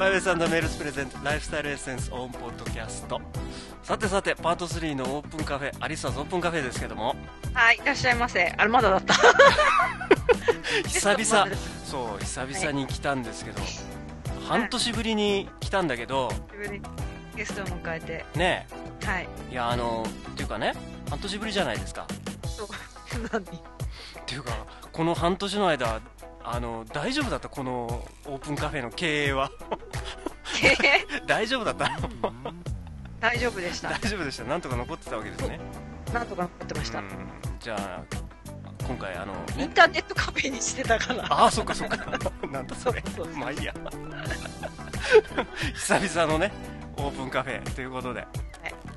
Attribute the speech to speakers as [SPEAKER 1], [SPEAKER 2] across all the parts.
[SPEAKER 1] マイウェイサンダメルスプレゼントライフスタイルエッセンスオンポッドキャストさてさてパート3のオープンカフェアリサーズオープンカフェですけども
[SPEAKER 2] はい、いらっしゃいませ。あれ、まだだった。
[SPEAKER 1] 久
[SPEAKER 2] ちょっと待
[SPEAKER 1] 々
[SPEAKER 2] って
[SPEAKER 1] そう久々に来たんですけど、半年ぶりに来たんだけど
[SPEAKER 2] 久しぶりにゲストを迎えて。
[SPEAKER 1] ね
[SPEAKER 2] はい。
[SPEAKER 1] えいやあのっていうかね半年ぶりじゃないですか
[SPEAKER 2] そう。 何
[SPEAKER 1] っていうかこの半年の間あの大丈夫だったこのオープンカフェの経営は 大丈夫だった
[SPEAKER 2] 大丈夫でした
[SPEAKER 1] 大。丈夫でしたなんとか残ってたわけですね
[SPEAKER 2] なんとか残ってました
[SPEAKER 1] うん。じゃあ今回あの
[SPEAKER 2] イン
[SPEAKER 1] ね
[SPEAKER 2] ターネットカフェにしてたから。
[SPEAKER 1] ああそっかそっかなんだ
[SPEAKER 2] そ
[SPEAKER 1] そうれ
[SPEAKER 2] そうそう。
[SPEAKER 1] まあいいや 久々のねオープンカフェということで、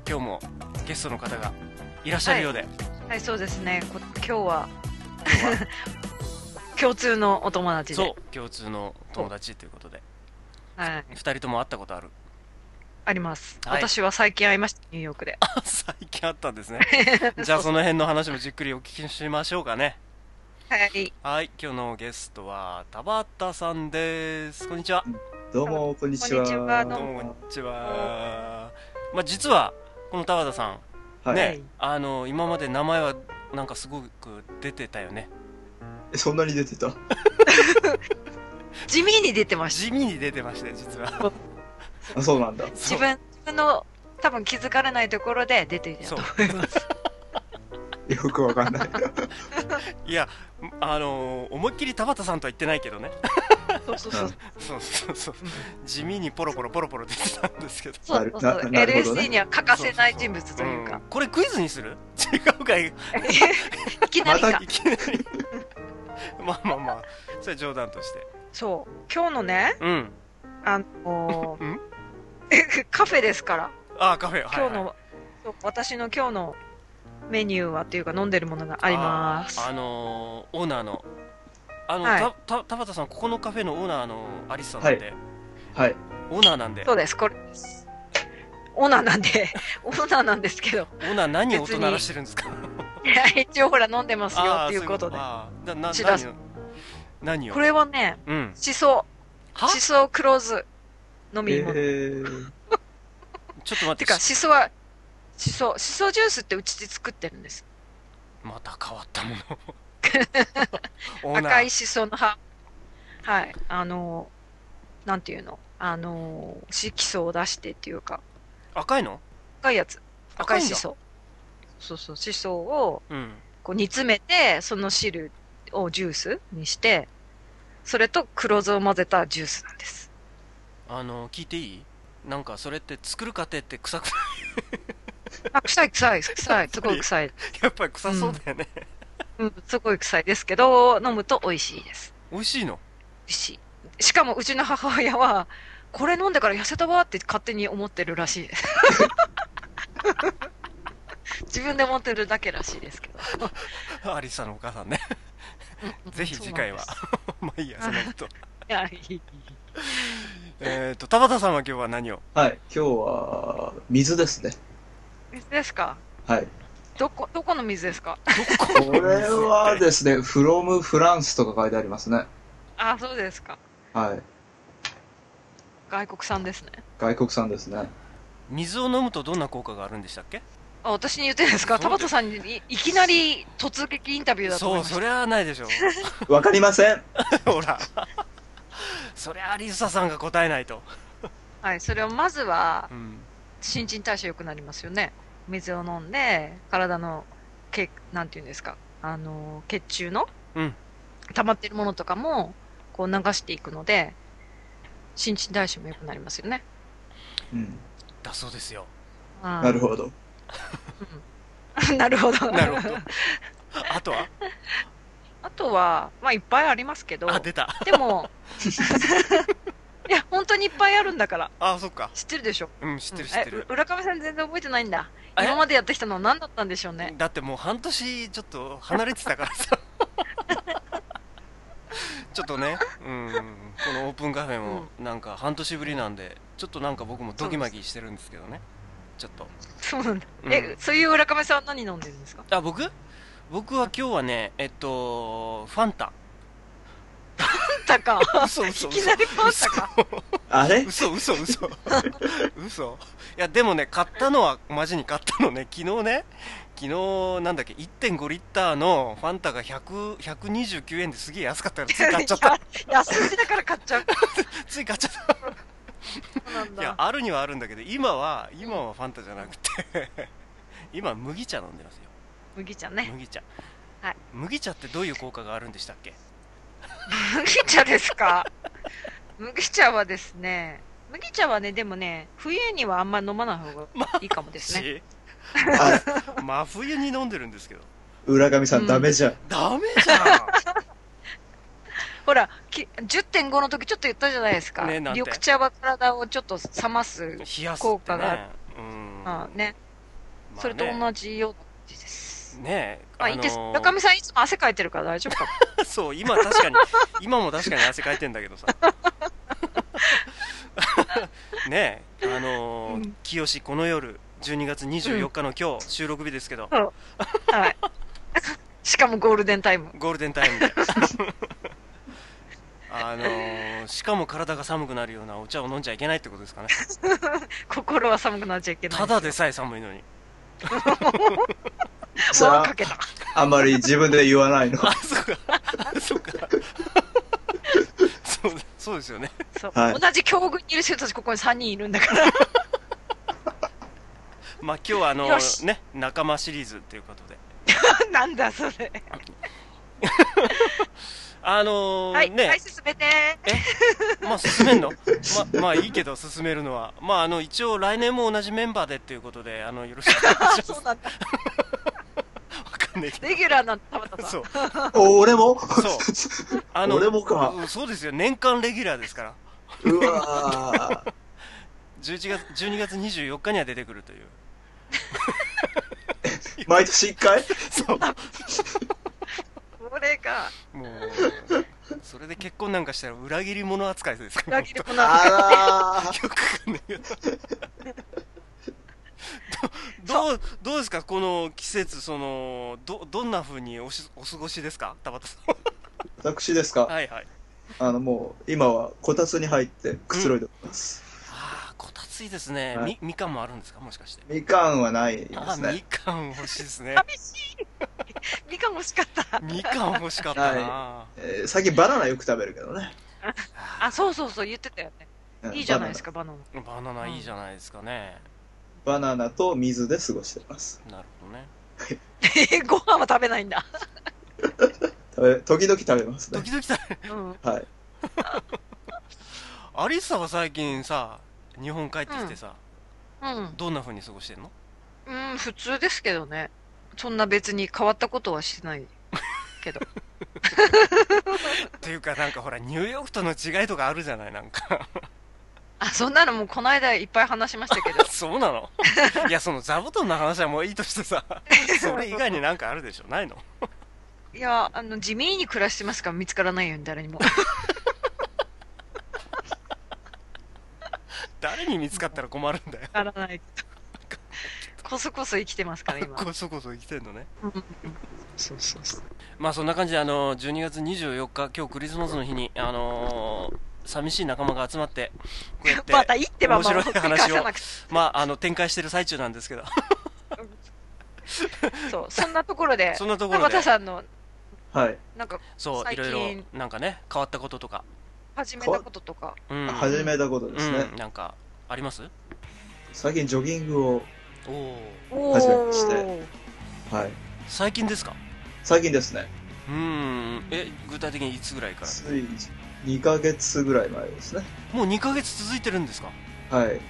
[SPEAKER 1] 今日もゲストの方がいらっしゃるようで、
[SPEAKER 2] はい、そうですね。こ今日は、 共通のお友達で。
[SPEAKER 1] そう共通の友達ということで
[SPEAKER 2] はい。
[SPEAKER 1] 2人とも会ったことある
[SPEAKER 2] あります。
[SPEAKER 1] はい
[SPEAKER 2] 私は最近会いました、ニューヨークで。
[SPEAKER 1] 最近あったんです ねじゃあその辺の話もじっくりお聞きしましょうかね
[SPEAKER 2] はい。
[SPEAKER 1] はい今日のゲストは田畑さんですこんにちは
[SPEAKER 3] どうも、こんにち
[SPEAKER 2] こ
[SPEAKER 3] は。
[SPEAKER 2] んにちはど
[SPEAKER 1] どうもこんにちはまあ実はこの田畑さん
[SPEAKER 3] はい、
[SPEAKER 1] ね、あの今まで名前はなんかすごく出てたよね
[SPEAKER 3] えそんなに出てた
[SPEAKER 2] 地味に出てまし
[SPEAKER 1] 地味に出てましたよ実は
[SPEAKER 3] あ、そうなんだ。
[SPEAKER 2] た。
[SPEAKER 1] そ
[SPEAKER 2] 自
[SPEAKER 1] う
[SPEAKER 2] 分、自分の、多分気づかれないところで出ていた
[SPEAKER 1] そ
[SPEAKER 2] と
[SPEAKER 1] う
[SPEAKER 2] 思います。
[SPEAKER 3] よくわかんない。
[SPEAKER 1] いやあの思いっきり田畑さんとは言ってないけどね
[SPEAKER 2] そうそうそう。
[SPEAKER 1] そうそうそう地味にポロポロポロポロ出てたんですけど
[SPEAKER 2] そうそうそ
[SPEAKER 3] な
[SPEAKER 2] う。
[SPEAKER 3] なるほどね
[SPEAKER 2] LSD には欠かせない人物というか
[SPEAKER 1] ん。これクイズにする違うかい
[SPEAKER 2] いきなり
[SPEAKER 3] ま
[SPEAKER 2] か
[SPEAKER 3] た。
[SPEAKER 1] きなり まあまあまあそれは冗談として
[SPEAKER 2] そう。今日のね、
[SPEAKER 1] うん
[SPEAKER 2] あのー
[SPEAKER 1] うん
[SPEAKER 2] カフェですから。
[SPEAKER 1] ああカフェはい、
[SPEAKER 2] 今
[SPEAKER 1] はい、
[SPEAKER 2] 日の、そう私の今日のメニューはっていうか飲んでるものがあります。
[SPEAKER 1] ああのーオーナーのあの、
[SPEAKER 2] はい
[SPEAKER 1] たた田畑さんここのカフェのオーナーのアリスさんなんで、
[SPEAKER 3] はい。
[SPEAKER 1] オーナーなんで
[SPEAKER 2] そうです、これです。オーナーな んで、オーナーなんですけど。
[SPEAKER 1] オーナー何を
[SPEAKER 2] 別
[SPEAKER 1] 音
[SPEAKER 2] に
[SPEAKER 1] 鳴らしてるんですか
[SPEAKER 2] いや一応ほら飲んでますよ
[SPEAKER 1] あ
[SPEAKER 2] っ
[SPEAKER 1] あ
[SPEAKER 2] ていうこと
[SPEAKER 1] そういうこと
[SPEAKER 2] で。
[SPEAKER 1] ああだな
[SPEAKER 2] 知らず
[SPEAKER 1] 何を何を
[SPEAKER 2] これはね、
[SPEAKER 1] うん
[SPEAKER 2] シソ、
[SPEAKER 1] は
[SPEAKER 2] シソクローズ飲
[SPEAKER 3] え
[SPEAKER 2] み物。
[SPEAKER 3] ー、
[SPEAKER 1] ちょっと待って
[SPEAKER 2] てか、シソは、シソ、シソジュースってうちで作ってるんです。
[SPEAKER 1] また変わった ものオーナー
[SPEAKER 2] 赤いシソの葉。はい。あのー、なんていうのあのー、色素を出してっていうか、
[SPEAKER 1] 赤いの
[SPEAKER 2] 赤いやつ。赤
[SPEAKER 1] 赤い
[SPEAKER 2] い
[SPEAKER 1] んだ
[SPEAKER 2] シソ。そうそう、シソを
[SPEAKER 1] うん
[SPEAKER 2] こう煮詰めて、その汁をジュースにして、それと黒酢を混ぜたジュースなんです。
[SPEAKER 1] あの聞いていいなんかそれって作る過程って臭く
[SPEAKER 2] あ、臭い臭い、臭い、すごい臭い。
[SPEAKER 1] やっぱり臭そうだよね、
[SPEAKER 2] うん、すごい臭いですけど、飲むと美味しいです。
[SPEAKER 1] 美味しいの
[SPEAKER 2] 美味しい。しかもうちの母親は、これ飲んでから痩せたわって勝手に思ってるら しいです。自分で思ってるだけらしいですけど。
[SPEAKER 1] アリスさんのお母さ んね
[SPEAKER 2] うん
[SPEAKER 1] ぜひ次回は。
[SPEAKER 2] そ う
[SPEAKER 1] まあいいやそのこと
[SPEAKER 2] なんですいやいい
[SPEAKER 1] えっと田畑さんは今日は何を
[SPEAKER 3] はい。今日は、水ですね。
[SPEAKER 2] 水ですか
[SPEAKER 3] はい。
[SPEAKER 2] どこ、どこの水ですか
[SPEAKER 1] ど
[SPEAKER 3] これはですね、from フランスとか書いてありますね。
[SPEAKER 2] あ、そうですか。
[SPEAKER 3] はい。
[SPEAKER 2] 外国産ですね。
[SPEAKER 3] 外国産ですね。
[SPEAKER 1] 水を飲むとどんな効果があるんでしたっけ
[SPEAKER 2] あ、私に言ってるんですか
[SPEAKER 1] そ
[SPEAKER 2] 田
[SPEAKER 1] うです
[SPEAKER 2] 畑さんにいいきなり突撃インタビューだと思い
[SPEAKER 1] そうそ
[SPEAKER 2] ました。
[SPEAKER 1] りゃないでしょ
[SPEAKER 3] わかりません。
[SPEAKER 1] ほらそりゃアリサさんが答えないと、
[SPEAKER 2] はい、それをまずは
[SPEAKER 1] う、ん、
[SPEAKER 2] 新陳代謝良くなりますよね。水を飲んで、体の、け、なんていうんですか、あの、血中の、
[SPEAKER 1] うん
[SPEAKER 2] 溜まってるものとかも、こう流していくので、新陳代謝も良くなりますよね。
[SPEAKER 3] うん。
[SPEAKER 1] だそうですよ
[SPEAKER 2] な
[SPEAKER 3] なるほど。
[SPEAKER 2] ど。 なるほど。
[SPEAKER 1] なるほ どあとは
[SPEAKER 2] あとは、まあ、いっぱいありますけど、
[SPEAKER 1] あ出た
[SPEAKER 2] でも、 いや、本当にいっぱいあるんだから。
[SPEAKER 1] あそっか
[SPEAKER 2] 知ってるでしょ
[SPEAKER 1] うん知ってる知ってる
[SPEAKER 2] え、う浦上さん全然覚えてないんだ。
[SPEAKER 1] え
[SPEAKER 2] 今までやってきたのは何だったんでしょうね。
[SPEAKER 1] だってもう半年ちょっと離れてたからさ ちょっとね、うん、このオープンカフェもなんか半年ぶりなんでちょっとなんか僕もドキマキしてるんですけどねちょっと、
[SPEAKER 2] そうなんだ。
[SPEAKER 1] うん
[SPEAKER 2] え、そういう浦上さんは何飲んでるんですか
[SPEAKER 1] あ僕僕は今日はねえっとファンタ
[SPEAKER 2] ったか。
[SPEAKER 1] 嘘嘘嘘
[SPEAKER 2] いきなりパスタか。
[SPEAKER 3] あれ
[SPEAKER 1] 嘘嘘嘘嘘いやでもね買ったのはマジに買ったのね昨日ね昨日なんだっけ1.5リッターのファンタが100 129円ですげえ安かったからつい買っちゃった
[SPEAKER 2] いや安売りだから買っちゃう。
[SPEAKER 1] つい買っちゃっ
[SPEAKER 2] そうなん
[SPEAKER 1] たいや
[SPEAKER 2] だ。
[SPEAKER 1] あるにはあるんだけど今は今はファンタじゃなくて 今麦茶飲んでますよ
[SPEAKER 2] 麦茶ね。
[SPEAKER 1] 麦茶、
[SPEAKER 2] はい
[SPEAKER 1] 麦茶ってどういう効果があるんでしたっけ
[SPEAKER 2] 麦茶ですか麦茶はですね、麦茶はね、でもね、冬にはあんまり飲まない 方がいいかもですね。
[SPEAKER 1] し
[SPEAKER 3] あ
[SPEAKER 1] 真冬に飲んでるんですけど
[SPEAKER 3] 浦上さ
[SPEAKER 2] うん
[SPEAKER 3] んダメじゃん。
[SPEAKER 1] ダメじ ゃ
[SPEAKER 2] ほら、き10.5の時ちょっと言ったじゃないですか。
[SPEAKER 1] ねなんて
[SPEAKER 2] 緑茶は体をちょっと冷ます
[SPEAKER 1] ん冷やすって、ね、
[SPEAKER 2] 効果がある
[SPEAKER 1] うん、
[SPEAKER 2] あね、
[SPEAKER 1] まあ
[SPEAKER 2] それと
[SPEAKER 1] ね
[SPEAKER 2] 同じような感じです。
[SPEAKER 1] ねえ、
[SPEAKER 2] あ、いいです。中上さんいつも汗かいてるから大丈夫か も。
[SPEAKER 1] そう、今確かに、今も確かに汗かいてんだけどさ。 ねえ、あのー
[SPEAKER 2] うん
[SPEAKER 1] 清この夜、12月24日の今日、収録日ですけど、
[SPEAKER 2] はい。 しかもゴールデンタイム。
[SPEAKER 1] ゴールデンタイム で。あのーしかも体が寒くなるようなお茶を飲んじゃいけないってことですかね。
[SPEAKER 2] 心は寒くなっちゃいけない。
[SPEAKER 1] た だでさえ寒いのに。
[SPEAKER 3] それ
[SPEAKER 2] 輪を
[SPEAKER 3] は
[SPEAKER 2] かけた。
[SPEAKER 3] あんまり自分で言わないの。
[SPEAKER 1] あ、 そうか。あそうか。 そう、そうですよね。
[SPEAKER 2] そう。
[SPEAKER 3] はい
[SPEAKER 2] 同じ境遇にいる人たちここに3人いるんだから。
[SPEAKER 1] まあ今日はあのー
[SPEAKER 2] よし
[SPEAKER 1] ね、仲間シリーズっていうことで。
[SPEAKER 2] なんだそれ。
[SPEAKER 1] あのー
[SPEAKER 2] はい、
[SPEAKER 1] ね、
[SPEAKER 2] はい、進めて。
[SPEAKER 1] まあ進めんのままあいいけど進めるのはまああの一応来年も同じメンバーでっていうことであのよろしくお願い
[SPEAKER 2] あ、
[SPEAKER 1] しま
[SPEAKER 2] そう
[SPEAKER 1] す
[SPEAKER 2] なんだ。
[SPEAKER 1] わかんないけ
[SPEAKER 2] レギュラーなんだ、たまた
[SPEAKER 1] ど
[SPEAKER 2] ま。
[SPEAKER 1] そう
[SPEAKER 3] お俺も
[SPEAKER 1] そあの
[SPEAKER 3] 俺もか。
[SPEAKER 1] うんそうですよ年間レギュラーですから
[SPEAKER 3] うわー
[SPEAKER 1] 11月12月24日には出てくるという
[SPEAKER 3] 毎年一回
[SPEAKER 1] そう
[SPEAKER 2] これが、
[SPEAKER 1] もうそれで結婚なんかしたら裏切り者扱いですから
[SPEAKER 2] 裏
[SPEAKER 1] 本
[SPEAKER 2] 切り者なんだ。
[SPEAKER 3] あらー
[SPEAKER 1] 当よくわかんないけどどどうどうですかこの季節そのどどんな風におしお過ごしですか田畑さん
[SPEAKER 3] 私ですか
[SPEAKER 1] はいはい
[SPEAKER 3] あの、もう、今は、こたつに入ってくつろいでおります。
[SPEAKER 1] ああ、こたついですね、
[SPEAKER 3] はい
[SPEAKER 1] み。みかんもあるんですか、もしかして。
[SPEAKER 3] みかんはないで
[SPEAKER 1] あ
[SPEAKER 3] す
[SPEAKER 1] ーみ
[SPEAKER 3] ね。
[SPEAKER 1] かん欲しいですね。
[SPEAKER 2] 寂しい。みかん欲しかった。
[SPEAKER 1] みかん欲しかったな、
[SPEAKER 3] えー最近バナナよく食べるけどね。
[SPEAKER 2] あ、そうそうそう、言ってたよね。
[SPEAKER 3] うん
[SPEAKER 2] いいじゃないですか、バナナ。
[SPEAKER 1] バナナいいじゃないですかね。
[SPEAKER 3] バナナ。バナナと水で過ごしてます。
[SPEAKER 1] なるほどね。
[SPEAKER 2] えご飯は食べないんだ。
[SPEAKER 3] 食べ、時々食べますね
[SPEAKER 1] 時。々さ、
[SPEAKER 2] うん。
[SPEAKER 3] はい。
[SPEAKER 1] アリサは最近さ、日本帰ってきてさ、
[SPEAKER 2] うん。
[SPEAKER 1] どんな風に過ごしてんの
[SPEAKER 2] うん、普通ですけどね。そんな別に変わったことはしてない。けど。
[SPEAKER 1] っていうか、なんかほら、ニューヨークとの違いとかあるじゃない、なん か。。
[SPEAKER 2] あ、そんなのもうこの間いっぱい話しましたけど
[SPEAKER 1] そうなのいや、その座布団の話はもういいとしてさ、それ以外になんかあるでしょ、ないの
[SPEAKER 2] いや、あの、地味に暮らしてますから見つからないように誰にも。
[SPEAKER 1] 誰に見つかったら困るんだよ。
[SPEAKER 2] わからないけど。こそこそ生きてますから、今。
[SPEAKER 1] こ そこそ生きてんのね。
[SPEAKER 2] そうそうそう。
[SPEAKER 1] まあそんな感じで、あの12月24日、今日クリスマスの日に、あのー寂しい仲間が集まって、こうやって、
[SPEAKER 2] また言ってば、まあ、
[SPEAKER 1] 面白い話を
[SPEAKER 2] ほっぺ返
[SPEAKER 1] まあ、あの展開してる最中なんですけど、
[SPEAKER 2] さなくてそう、そんなところで、
[SPEAKER 1] そんなとこ
[SPEAKER 2] 田
[SPEAKER 1] ろで
[SPEAKER 2] 畑、さんの、
[SPEAKER 3] はい。
[SPEAKER 2] なんか、
[SPEAKER 1] そう、い
[SPEAKER 2] 最
[SPEAKER 1] ろ
[SPEAKER 2] 近
[SPEAKER 1] いろ、なんかね、変わったこととか、
[SPEAKER 2] 始めたこととか。
[SPEAKER 1] うん、
[SPEAKER 3] 始めたことですね。
[SPEAKER 1] うん、なんか、あります
[SPEAKER 3] 最近ジョギングを、
[SPEAKER 1] おお
[SPEAKER 2] お
[SPEAKER 3] 初めまし
[SPEAKER 2] ー
[SPEAKER 3] てはい。
[SPEAKER 1] 最近ですか
[SPEAKER 3] 最近ですね。
[SPEAKER 1] うーん、え、具体的にいつぐらいから
[SPEAKER 3] つい2ヶ月ぐらい前ですね。
[SPEAKER 1] もう2ヶ月続いてるんですか
[SPEAKER 3] はい。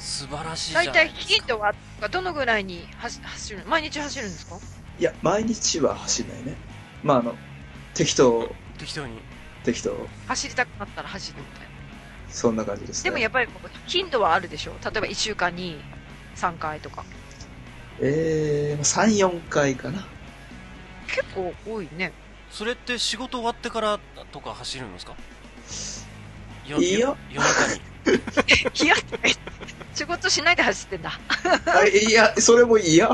[SPEAKER 1] 素晴らしいじゃ
[SPEAKER 2] 大
[SPEAKER 1] ん。
[SPEAKER 2] 体、ヒントは、どのぐらいに走走る毎日走るんですか
[SPEAKER 3] いや、毎日は走んないね。まあ、あの、適当、
[SPEAKER 1] 適当に。
[SPEAKER 3] 適当、
[SPEAKER 2] 走りたくなったら走るみたいな。
[SPEAKER 3] そんな感じですね。
[SPEAKER 2] でもやっぱり、頻度はあるでしょ例えば、1週間に3回とか。
[SPEAKER 3] えー、3、4回かな。
[SPEAKER 2] 結構多い ね。
[SPEAKER 1] それって仕事終わってからとか走るんですかよ
[SPEAKER 3] いや
[SPEAKER 1] よ夜中に。
[SPEAKER 2] いや、仕事しないで走ってんだ。
[SPEAKER 3] あいや、それも嫌。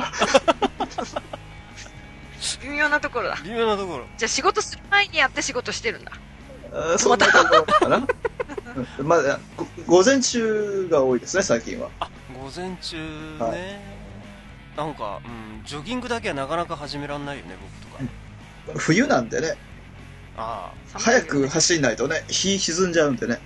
[SPEAKER 2] 微妙なところだ。
[SPEAKER 1] 微妙なところ。
[SPEAKER 2] じゃあ仕事する前にやって仕事してるんだ。
[SPEAKER 3] あーそんなところかな。うんまあ、ご午前中が多いですね、最近は。
[SPEAKER 1] あ午前中ね、
[SPEAKER 3] は
[SPEAKER 1] なんか、うん、ジョギングだけはなかなか始めらんないよね僕とか
[SPEAKER 3] 冬なんでね、
[SPEAKER 1] あ
[SPEAKER 2] 寒い
[SPEAKER 3] 早
[SPEAKER 2] よ
[SPEAKER 3] く走んないとね、日沈んじゃうんでね。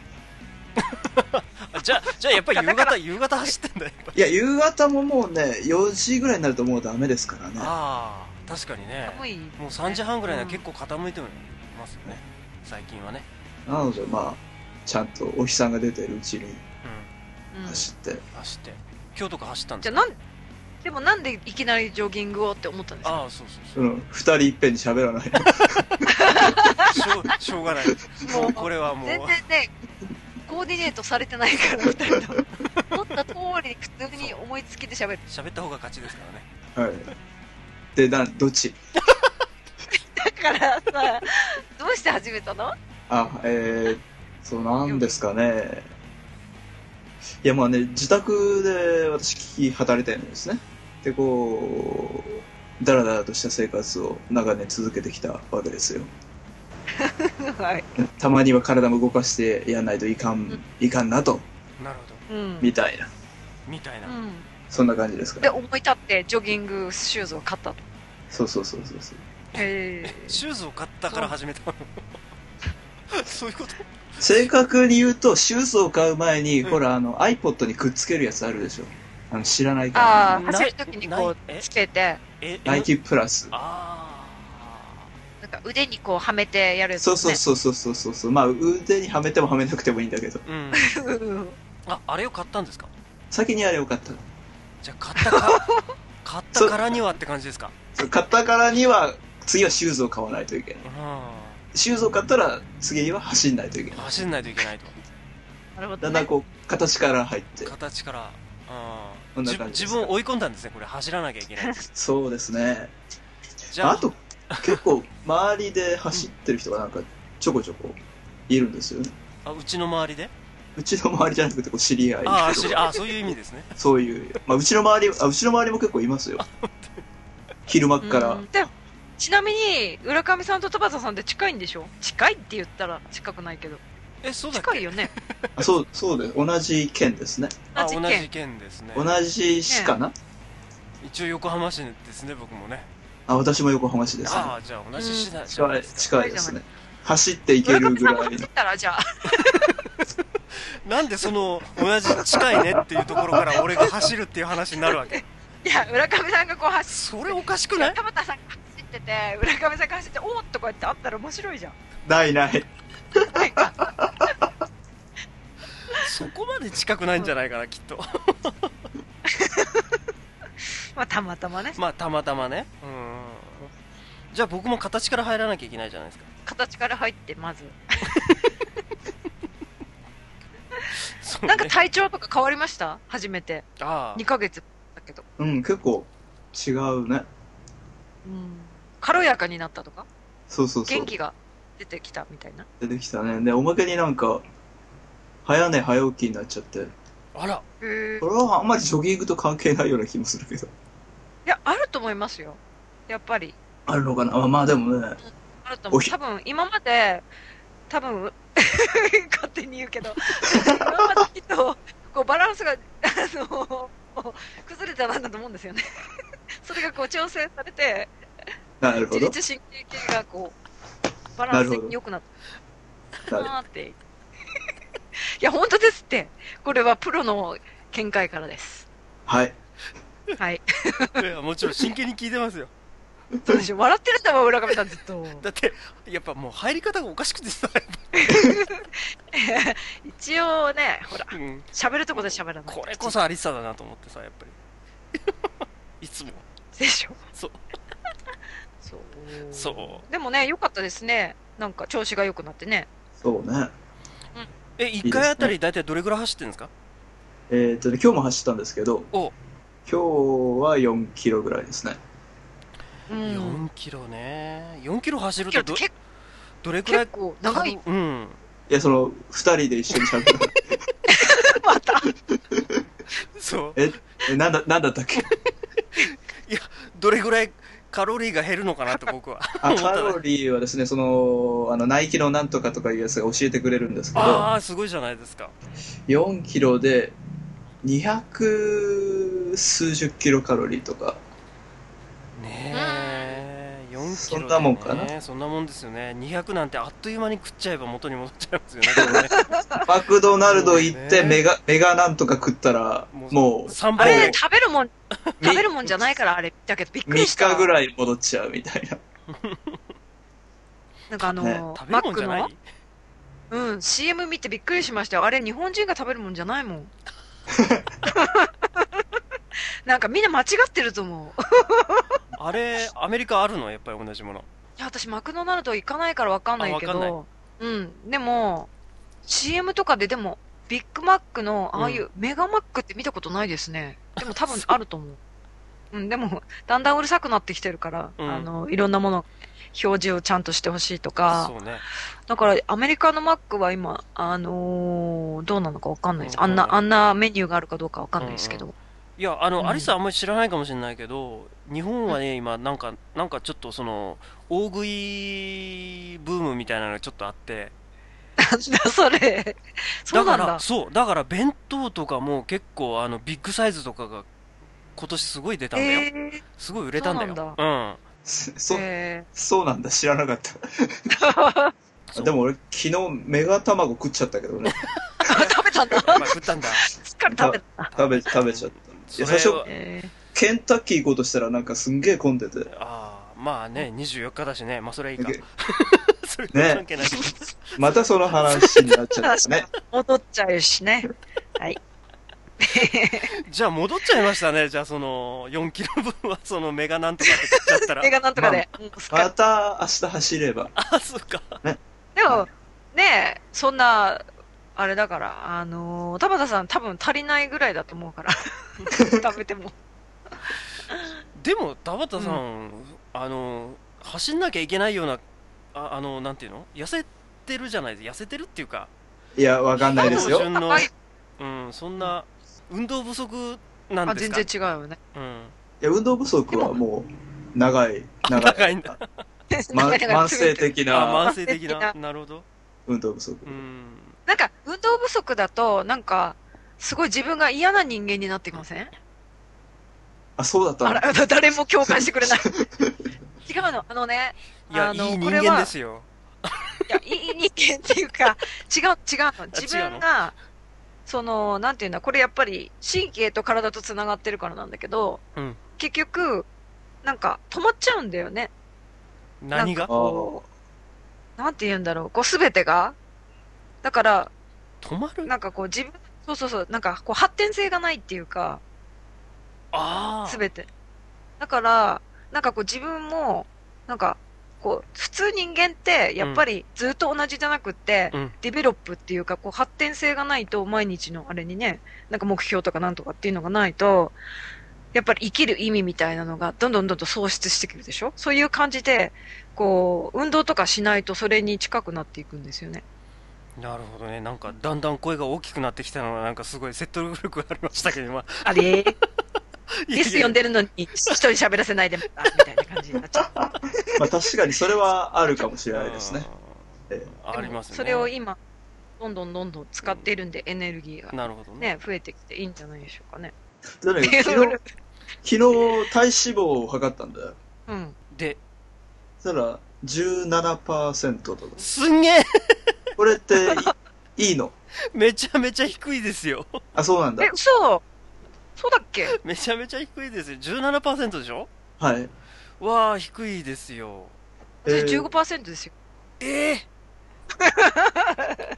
[SPEAKER 1] ーあじゃあじゃあやっぱり夕方夕方走ってんだよ
[SPEAKER 3] いや、夕方ももうね、4時ぐらいになるともうダメですからね。
[SPEAKER 1] ああ確かにね
[SPEAKER 2] 寒い
[SPEAKER 1] もう3時半ぐらいには結構傾いてますよね最近はね
[SPEAKER 3] なので、まあ、ちゃんとお日さんが出てるうちに
[SPEAKER 1] う
[SPEAKER 2] うん
[SPEAKER 3] 走って。
[SPEAKER 1] ん走って今日とか走ったん
[SPEAKER 2] じ
[SPEAKER 1] だ
[SPEAKER 2] ゃあなんでもなんでいきなりジョギングをって思ったんですか
[SPEAKER 1] ああそうそう
[SPEAKER 3] その二人いっぺんに喋らない。
[SPEAKER 1] そうしょ うしょうがないもうこれはもう
[SPEAKER 2] 全然ねコーディネートされてないから2人とも思った通りに普通に思いつきで喋る
[SPEAKER 1] 喋った方が勝ちですからね
[SPEAKER 3] はい。で、なん、どっち
[SPEAKER 2] だからさどうして始めたの
[SPEAKER 3] あ、えー、そうなんですかね。いや、まあね、自宅で私、聞き働いてるんですね。で、こう、だらだらとした生活を長年続けてきたわけですよ。
[SPEAKER 2] はい、
[SPEAKER 3] たまには体も動かしてやんないといかん、いかんなと、
[SPEAKER 1] なるほど
[SPEAKER 2] うん
[SPEAKER 3] みたいな。
[SPEAKER 1] みたいな、
[SPEAKER 2] うん
[SPEAKER 3] そんな感じですか
[SPEAKER 2] で
[SPEAKER 3] ね。
[SPEAKER 2] 思い立ってジョギングシューズを買ったと
[SPEAKER 3] そうそうそうそうそう。
[SPEAKER 2] へえ
[SPEAKER 1] シューズを買ったから始めたの そういうこと
[SPEAKER 3] 正確に言うと、シューズを買う前に、
[SPEAKER 1] うん
[SPEAKER 3] ほら、あの、iPod にくっつけるやつあるでしょ。あの、知らないから。
[SPEAKER 2] ああ走る時にこ
[SPEAKER 1] ないうえ
[SPEAKER 2] つけて
[SPEAKER 1] え
[SPEAKER 3] ナイキプラス。
[SPEAKER 1] あ
[SPEAKER 2] なんか腕にこうはめてやるやつ
[SPEAKER 3] そ
[SPEAKER 2] ね
[SPEAKER 3] うそうそうそうそうそうそう。まあ、腕にはめてもはめなくてもいいんだけど。
[SPEAKER 1] あうん
[SPEAKER 2] うん
[SPEAKER 1] ああれを買ったんですか
[SPEAKER 3] 先にあれよかった。
[SPEAKER 1] じゃあ買った か買ったからにはって感じですか
[SPEAKER 3] そう買ったからには、次はシューズを買わないといけない。
[SPEAKER 1] うん
[SPEAKER 3] シューズを買ったら、次は走んないといけない。
[SPEAKER 1] 走んないといけないと
[SPEAKER 2] なるほ
[SPEAKER 3] だ
[SPEAKER 2] ど、
[SPEAKER 3] んだん
[SPEAKER 2] ね、
[SPEAKER 3] こう、形から入って。
[SPEAKER 1] 形からう
[SPEAKER 3] こ
[SPEAKER 1] ん
[SPEAKER 3] んな
[SPEAKER 1] じ
[SPEAKER 3] 感
[SPEAKER 1] 自
[SPEAKER 3] じです
[SPEAKER 1] 分を追い込んだんですねこれ走らなきゃいけない
[SPEAKER 3] そうですね。
[SPEAKER 1] じゃあ
[SPEAKER 3] あと、結構、周りで走ってる人がなんか、ちょこちょこ、いるんですよね。
[SPEAKER 1] あうちの周りで
[SPEAKER 3] うちの周りじゃなくて、こう、知り合いの人
[SPEAKER 1] あ
[SPEAKER 3] が
[SPEAKER 1] あ知りあーそういう意味ですね
[SPEAKER 3] そういう、まあ、うちの周り、あうちの周りも結構いますよ。昼間っから、
[SPEAKER 2] うんでもちなみに浦上さんと田畑さんって近いんでしょ近いって言ったら近くないけど
[SPEAKER 1] えそうだっ
[SPEAKER 2] 近い
[SPEAKER 1] け
[SPEAKER 2] よね
[SPEAKER 3] あそう、そうです。同じ県ですね。
[SPEAKER 1] あ
[SPEAKER 2] 同じ
[SPEAKER 1] 同
[SPEAKER 2] 県
[SPEAKER 1] じ県ですね
[SPEAKER 3] 同じ市かな、
[SPEAKER 1] 一応横浜市ですね僕もね
[SPEAKER 3] あ、私も横浜市です、ね。
[SPEAKER 1] ああじゃあ同じ市だじゃない
[SPEAKER 3] 近い、
[SPEAKER 1] ですか
[SPEAKER 3] 近いですね。走っていけ
[SPEAKER 2] も
[SPEAKER 3] るぐらい
[SPEAKER 2] 走
[SPEAKER 3] の
[SPEAKER 2] っ。たらじゃ あ
[SPEAKER 1] なんでその同じ近いねっていうところから俺が走るっていう話になる わけ
[SPEAKER 2] いや浦上さんがこう走
[SPEAKER 1] それおかし
[SPEAKER 2] って
[SPEAKER 1] くない
[SPEAKER 2] 田畑さんが走ってて浦上さんが走っておーっとこうやってあったら面白いじゃん
[SPEAKER 3] ないない。
[SPEAKER 2] なんか
[SPEAKER 1] そこまで近くないんじゃないかなきっ と
[SPEAKER 2] まあたまたまね
[SPEAKER 1] まあたまたまねうんじゃあ僕も形から入らなきゃいけないじゃないですか
[SPEAKER 2] 形から入ってまず
[SPEAKER 1] そうね
[SPEAKER 2] なんか体調とか変わりました初めて
[SPEAKER 1] ああ
[SPEAKER 2] 2ヶ月だけど
[SPEAKER 3] うん、結構違うね。
[SPEAKER 2] うん軽やかになったとか
[SPEAKER 3] そうそうそう
[SPEAKER 2] 元。気が出てきたみたいな
[SPEAKER 3] 出てきたね。で、おまけになんか、早寝早起きになっちゃって。
[SPEAKER 1] あら
[SPEAKER 2] へえ
[SPEAKER 3] これはあんまりジョギングと関係ないような気もするけど。
[SPEAKER 2] いやあると思いますよやっぱり
[SPEAKER 3] あるのかなあまあでもね、
[SPEAKER 2] あると思
[SPEAKER 3] お
[SPEAKER 2] う
[SPEAKER 3] ひ
[SPEAKER 2] 多分今まで多分 勝手に言う けど今まできっとこうバランスがあの崩れたなんだと思うんですよね それがこう調整されて
[SPEAKER 3] なるほ
[SPEAKER 2] 自
[SPEAKER 3] ど。
[SPEAKER 2] 律神経系がこうバランス的に良くなったなーってい や本当ですってこれはプロの見解からです
[SPEAKER 3] はい。
[SPEAKER 2] はい
[SPEAKER 1] いやもちろん真剣に聞いてます よ
[SPEAKER 2] そうでしょ笑ってるんだわ浦上さんずっと
[SPEAKER 1] だってやっぱもう入り方がおかしくてさ、
[SPEAKER 2] 一応ねほら
[SPEAKER 1] うん、
[SPEAKER 2] 喋るとこで喋らない
[SPEAKER 1] これこそアリサだなと思ってさやっぱり いつも
[SPEAKER 2] でしょ
[SPEAKER 1] そう
[SPEAKER 2] そう
[SPEAKER 1] そう
[SPEAKER 2] でもね良かったですねなんか調子が良くなってね
[SPEAKER 3] そうね。
[SPEAKER 1] え一回あたり大体どれぐらい走ってるんですか
[SPEAKER 3] えーっとね、今日も走ったんですけど、
[SPEAKER 1] お
[SPEAKER 3] 今日は4キロぐらいですね。
[SPEAKER 2] う
[SPEAKER 1] 4
[SPEAKER 2] ん
[SPEAKER 1] キロね4キロ走る
[SPEAKER 2] キロ
[SPEAKER 1] と
[SPEAKER 2] って
[SPEAKER 1] ど
[SPEAKER 2] 結
[SPEAKER 1] どれくらい
[SPEAKER 2] 結構長い
[SPEAKER 1] うん
[SPEAKER 3] いや、その、二人で一緒に喋る。
[SPEAKER 2] また
[SPEAKER 1] そう
[SPEAKER 3] え、えなんだ、なんだったっけ
[SPEAKER 1] どれぐらいカロリーが減るのかなと 僕は
[SPEAKER 3] あ
[SPEAKER 1] 思った
[SPEAKER 3] カ
[SPEAKER 1] ね
[SPEAKER 3] ロリーはですね、その、あの、ナイキのなんとかとかいうやつが教えてくれるんですけど、
[SPEAKER 1] ああすごいじゃないですか
[SPEAKER 3] 4キロで200数十キロカロリーとか、
[SPEAKER 1] ねえ4キロ、ね、
[SPEAKER 3] そんなもんかな
[SPEAKER 1] そんなもんですよね200なんてあっという間に食っちゃえば元に戻っちゃい ますよねこれね
[SPEAKER 3] マクドナルド行っ
[SPEAKER 1] そう
[SPEAKER 3] て
[SPEAKER 1] ね
[SPEAKER 3] メガ、メガなんとか食ったら、もう、
[SPEAKER 1] 3
[SPEAKER 2] あ
[SPEAKER 1] 倍
[SPEAKER 2] れ
[SPEAKER 1] で
[SPEAKER 3] も
[SPEAKER 2] 食べるもん
[SPEAKER 3] み
[SPEAKER 2] 食べるもんじゃないからあれだけどびっくりし
[SPEAKER 3] 3
[SPEAKER 2] た
[SPEAKER 3] 日ぐらい戻っちゃうみたいな。
[SPEAKER 2] なんかあの、
[SPEAKER 3] ね
[SPEAKER 1] 食べ
[SPEAKER 2] マ
[SPEAKER 1] るも
[SPEAKER 2] ッ
[SPEAKER 1] んじ
[SPEAKER 2] ク
[SPEAKER 1] ゃない
[SPEAKER 2] の、うん、CM 見てびっくりしましたよあれ日本人が食べるもんじゃな いもんなんかみんな間違ってると思う
[SPEAKER 1] あれアメリカあるのやっぱり同じもの
[SPEAKER 2] いや私マクドナルド行かないからわかんないけ
[SPEAKER 1] あわかん
[SPEAKER 2] どうんでも CM とかででもビッグマックのああいうメガマックって見たことないですね、でも多分あると思ううんでもだんだんうるさくなってきてるから、
[SPEAKER 1] うん
[SPEAKER 2] あのいろんなもの表示をちゃんとしてほしいとか
[SPEAKER 1] そうね
[SPEAKER 2] だから、アメリカのマックは今、あのーどうなのかわかんないです。あん
[SPEAKER 1] うん
[SPEAKER 2] な、
[SPEAKER 1] うん
[SPEAKER 2] あんなメニューがあるかどうかわかんないですけど。
[SPEAKER 1] いやあの、
[SPEAKER 2] うん
[SPEAKER 1] アリスはあんまり知らないかもしれないけど日本はね今なんかなんかちょっとその大食いブームみたいなのがちょっとあって
[SPEAKER 2] なんだ それ。そうなん
[SPEAKER 1] から
[SPEAKER 2] だ。
[SPEAKER 1] そうだから弁当とかも結構あのビッグサイズとかが今年すごい出たんだよ、
[SPEAKER 2] えー
[SPEAKER 1] すごい売れたんだよ
[SPEAKER 2] そうなん
[SPEAKER 1] うん
[SPEAKER 3] そ、
[SPEAKER 2] え
[SPEAKER 3] そうなんだ、知らなかった。
[SPEAKER 2] ー
[SPEAKER 1] そう
[SPEAKER 3] でも俺、昨日メガ卵食っちゃったけどね。
[SPEAKER 2] 食べたんだ。
[SPEAKER 1] まあ食ったん だ
[SPEAKER 2] すっかり食べた。
[SPEAKER 3] 食べ、食べちゃった。
[SPEAKER 1] それ
[SPEAKER 3] 最初
[SPEAKER 1] は
[SPEAKER 2] えー
[SPEAKER 3] ケンタッキー行こうとしたらなんかすんげえ混んでて。
[SPEAKER 1] ああまあね24日だしねまあそれはいいか
[SPEAKER 3] で
[SPEAKER 1] それは関係ないけど
[SPEAKER 3] またその話になっちゃったね。
[SPEAKER 2] 戻っちゃうしね。はい。
[SPEAKER 1] じゃあ戻っちゃいましたねじゃあその4キロ分はそのメガなんとかって食っちゃったら
[SPEAKER 2] 映画なんとかで。うんすっか
[SPEAKER 3] ま
[SPEAKER 2] り
[SPEAKER 3] た明日走れば。
[SPEAKER 1] あそうか
[SPEAKER 2] でも、ねえ、そんな、あれだから、あのー田畑さん多分足りないぐらいだと思う から。食べても。
[SPEAKER 1] でも田畑さん、あの走んなきゃいけないようなああのなんていうの痩せてるじゃないです痩せてるっていうか
[SPEAKER 3] いや、わかんないですよ
[SPEAKER 1] 多。分の
[SPEAKER 2] はい
[SPEAKER 1] うんそんな運動不足なん
[SPEAKER 2] あ、
[SPEAKER 1] です
[SPEAKER 2] 全
[SPEAKER 1] か
[SPEAKER 2] 然違うよね。
[SPEAKER 1] うん、
[SPEAKER 3] いや、運動不足はもう、長い、長い。
[SPEAKER 1] 長いんだ
[SPEAKER 3] ま
[SPEAKER 2] なんか
[SPEAKER 3] 慢性的
[SPEAKER 1] あ
[SPEAKER 3] な
[SPEAKER 1] 慢性的
[SPEAKER 2] 慢性
[SPEAKER 1] な
[SPEAKER 2] 的
[SPEAKER 1] なるほど
[SPEAKER 3] 運動不足。
[SPEAKER 1] うん
[SPEAKER 2] なんか、運動不足だと、なんか、すごい自分が嫌な人間になってきません
[SPEAKER 3] あ、そうだった
[SPEAKER 2] あ
[SPEAKER 3] の
[SPEAKER 2] ら、誰も共感してく れない。違うの、あのね、
[SPEAKER 1] いや
[SPEAKER 2] あ
[SPEAKER 1] いい
[SPEAKER 2] の
[SPEAKER 1] 人
[SPEAKER 2] これは
[SPEAKER 1] 間ですよ
[SPEAKER 2] いや、いい人間っていう か、違う、違うの。自
[SPEAKER 1] 違う
[SPEAKER 2] 分が、その、なんていうんだ、これやっぱり、神経と体と繋がってるからなんだけど、
[SPEAKER 1] うん
[SPEAKER 2] 結局、なんか、止まっちゃうんだよね。
[SPEAKER 1] 何が
[SPEAKER 3] あー
[SPEAKER 2] なんて言うんだろう、こう、すべてが。だから、
[SPEAKER 1] 止まる
[SPEAKER 2] なんかこう、自分、そうそうそう、なんか、こう、発展性がないっていうか、
[SPEAKER 1] あ
[SPEAKER 2] す
[SPEAKER 1] あ
[SPEAKER 2] べて。だから、なんかこう自分も、なんか、こう、普通人間って、やっぱりずっと同じじゃなくって、
[SPEAKER 1] うん
[SPEAKER 2] ディベロップっていうか、こう発展性がないと、毎日のあれにね、なんか目標とかなんとかっていうのがないと、やっぱり生きる意味みたいなのが、どんどんどんどん喪失してくるでしょそういう感じで、こう、運動とかしないとそれに近くなっていくんです よね。
[SPEAKER 1] なるほどねなんかだんだん声が大きくなってきたのがなんかすごい説得力がありましたけど今
[SPEAKER 2] あれ
[SPEAKER 1] いや
[SPEAKER 2] ゲスト呼ん でるのに、一人喋らせないで、あみたいな感じになっちゃう。
[SPEAKER 3] まあ確かにそれはあるかもしれないですね。ええ
[SPEAKER 1] あーありますね
[SPEAKER 2] それを今、どんどんどんどん使っているんで、エネルギーが
[SPEAKER 1] なるほどね
[SPEAKER 2] ね、増えてきていいんじゃないでしょうかね。
[SPEAKER 3] だから昨日、昨日体脂肪を測ったんだよ。
[SPEAKER 2] うん。
[SPEAKER 1] で
[SPEAKER 3] そしたら、17%とか。
[SPEAKER 1] すんげえ
[SPEAKER 3] これってい、いいの
[SPEAKER 1] めちゃめちゃ低いですよ
[SPEAKER 3] あ、そうなんだ
[SPEAKER 2] え、。嘘そうだっけ
[SPEAKER 1] めちゃめちゃ低いですよ17%でしょ
[SPEAKER 3] はい。
[SPEAKER 1] わあ低いですよ
[SPEAKER 3] えー
[SPEAKER 2] 私15%ですよ。
[SPEAKER 1] ええ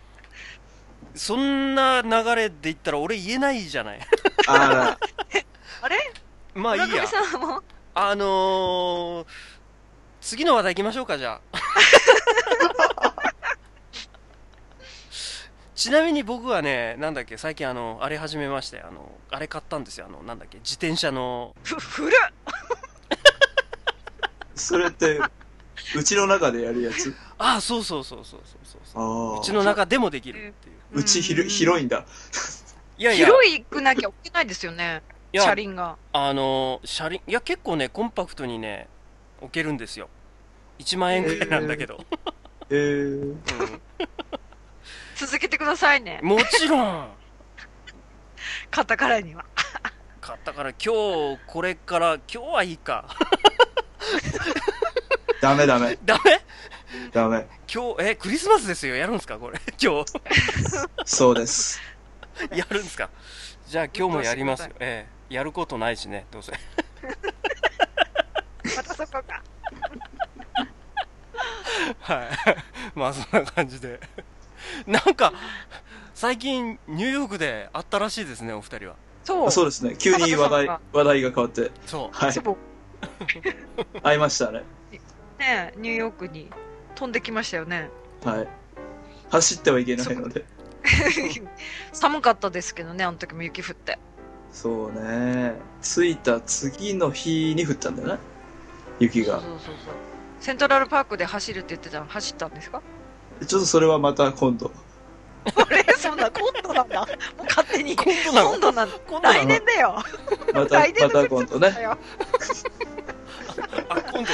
[SPEAKER 1] そんな流れで言ったら俺言えないじゃない
[SPEAKER 3] あら。
[SPEAKER 2] あれ
[SPEAKER 1] まあ
[SPEAKER 2] 村
[SPEAKER 1] いいや
[SPEAKER 2] 上さんも、
[SPEAKER 1] あのー、次の話題行きましょうかじゃ あちなみに僕はねなんだっけ最近あのあれ始めましてあのあれ買ったんですよあのなんだっけ自転車の
[SPEAKER 2] ふ、古っ
[SPEAKER 3] それって、うちの中でやるやつ。
[SPEAKER 1] ああそうそうそうそうそうそうそう
[SPEAKER 3] あ
[SPEAKER 1] うちの中でもできるっていう
[SPEAKER 3] うちひろ広いんだ。
[SPEAKER 1] いやいや
[SPEAKER 2] 広くなきゃ置けないですよね。
[SPEAKER 1] いや
[SPEAKER 2] 車輪が。
[SPEAKER 1] あの車輪いや結構ねコンパクトにね置けるんですよ1万円くらいなんだけど、
[SPEAKER 3] えー、
[SPEAKER 2] 続けてくださいね
[SPEAKER 1] うん。もちろん
[SPEAKER 2] 買ったからには。
[SPEAKER 1] 買ったから今日これから今日はいいか
[SPEAKER 3] ダメダメ、
[SPEAKER 1] ダメ
[SPEAKER 3] ダメ。
[SPEAKER 1] 今日えクリスマスですよやるんですかこれ 今
[SPEAKER 3] そうです。
[SPEAKER 1] 日やるんですかじゃあ今日もやりますよええやることないしねどうせ
[SPEAKER 2] またそこか。
[SPEAKER 1] はい。 まあそんな感じで。 なんか、最近ニューヨークで会ったらしいですね、お二人は。
[SPEAKER 2] そう。
[SPEAKER 3] あそう
[SPEAKER 2] う
[SPEAKER 3] ですね。急に話題、
[SPEAKER 2] あ
[SPEAKER 3] 話題が変わって。
[SPEAKER 1] そ
[SPEAKER 3] はい。
[SPEAKER 2] そう
[SPEAKER 3] 会いましたね。
[SPEAKER 2] ねニューヨークに飛んできましたよね。
[SPEAKER 3] はい。走ってはいけないので。
[SPEAKER 2] 寒かったですけどね、あの時も雪降って。
[SPEAKER 3] そうね。着いた次の日に降ったんだよね。雪
[SPEAKER 2] そう
[SPEAKER 3] が。
[SPEAKER 2] そうそうそう。セントラルパークで走るって言ってたの、走ったんですか
[SPEAKER 3] ちょっとそれはまた今度。
[SPEAKER 2] あれ そんな、今度なんだ。もう勝手に。
[SPEAKER 1] う。今度なの
[SPEAKER 2] 今度なんだ。
[SPEAKER 1] 今度な
[SPEAKER 2] 来
[SPEAKER 1] の
[SPEAKER 2] 年だよ。来年の
[SPEAKER 3] また、また
[SPEAKER 2] クリ
[SPEAKER 3] 今
[SPEAKER 2] ス
[SPEAKER 3] 度
[SPEAKER 2] マスだ
[SPEAKER 3] ね。
[SPEAKER 2] よ。
[SPEAKER 1] あ、今度ね。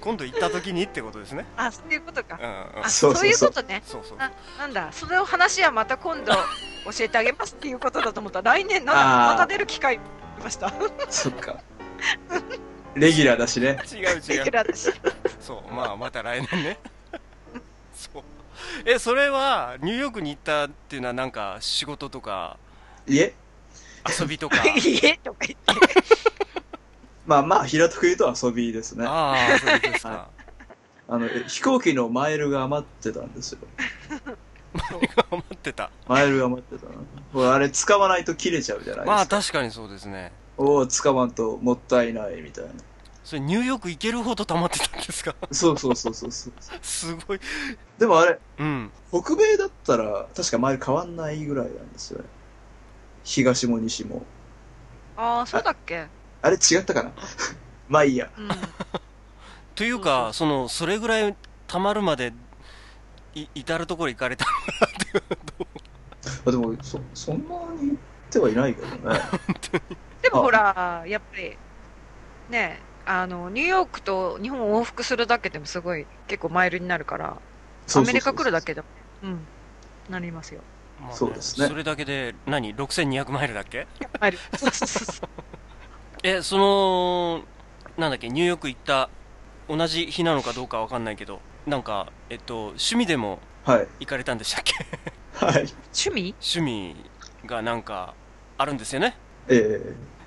[SPEAKER 1] 今度行った時にってことですね。
[SPEAKER 2] あ、そういうことか
[SPEAKER 1] う。んうん
[SPEAKER 2] あ、。
[SPEAKER 3] そ
[SPEAKER 2] そうう
[SPEAKER 3] そうそう
[SPEAKER 2] いうことね。
[SPEAKER 1] そうそう。
[SPEAKER 2] ななんだ、その話はまた今度教えてあげますっていうことだと思った。来年なん
[SPEAKER 3] あ
[SPEAKER 2] だ
[SPEAKER 3] ー
[SPEAKER 2] また出る機会ありました。
[SPEAKER 3] そっか。レギュラーだしね。
[SPEAKER 1] 違う違う。
[SPEAKER 2] 私
[SPEAKER 1] そう。まあまた来年ね。 そう。え、それはニューヨークに行ったっていうのはなんか仕事とか
[SPEAKER 3] いえ。
[SPEAKER 1] 遊び とか。
[SPEAKER 2] 家とか言って。
[SPEAKER 3] まあまあ、平たく言うと遊びですね。あ
[SPEAKER 1] ああ、そういうことですか
[SPEAKER 3] は。の、え飛行機のマイルが余ってたんですよ。
[SPEAKER 1] 待ってた。
[SPEAKER 3] マイルが余ってたなほらあれ使わないと切れちゃうじゃないで
[SPEAKER 1] ますあ
[SPEAKER 3] か。
[SPEAKER 1] 確かにそうですね。
[SPEAKER 3] おお、使わんともったいないみたいな。
[SPEAKER 1] それニューヨーク行けるほど溜まってたんですか
[SPEAKER 3] そうそうそうそうそう。
[SPEAKER 1] すごい。
[SPEAKER 3] でもあれ、
[SPEAKER 1] うん。
[SPEAKER 3] 北米だったら確かマイル変わんないぐらいなんですよね。東も西も。
[SPEAKER 2] ああ、そうだっけ。
[SPEAKER 3] あれ違ったかな まあいいや。
[SPEAKER 2] うん。
[SPEAKER 1] というか、その、それぐらい溜まるまで、い、至るところ行かれた。
[SPEAKER 3] あでもそ、そんなに言ってはいないけどね。
[SPEAKER 2] でもほら、やっぱり、ね、あの、ニューヨークと日本を往復するだけでもすごい、結構マイルになるから、アメリカ来るだけでも、うん、なりますよ。
[SPEAKER 1] まあ
[SPEAKER 3] そうですね
[SPEAKER 1] それだけで、何 ?6200 マイルだっけ
[SPEAKER 2] マイル。 そうそうそうそう。
[SPEAKER 1] え、その、なんだっけ、ニューヨーク行った、同じ日なのかどうかわかんないけど、なんか、えっと、趣味でも
[SPEAKER 3] はい。
[SPEAKER 1] 行かれたんでしたっけ
[SPEAKER 3] はい。
[SPEAKER 2] 趣味
[SPEAKER 1] 趣味がなんか、あるんですよね。
[SPEAKER 3] え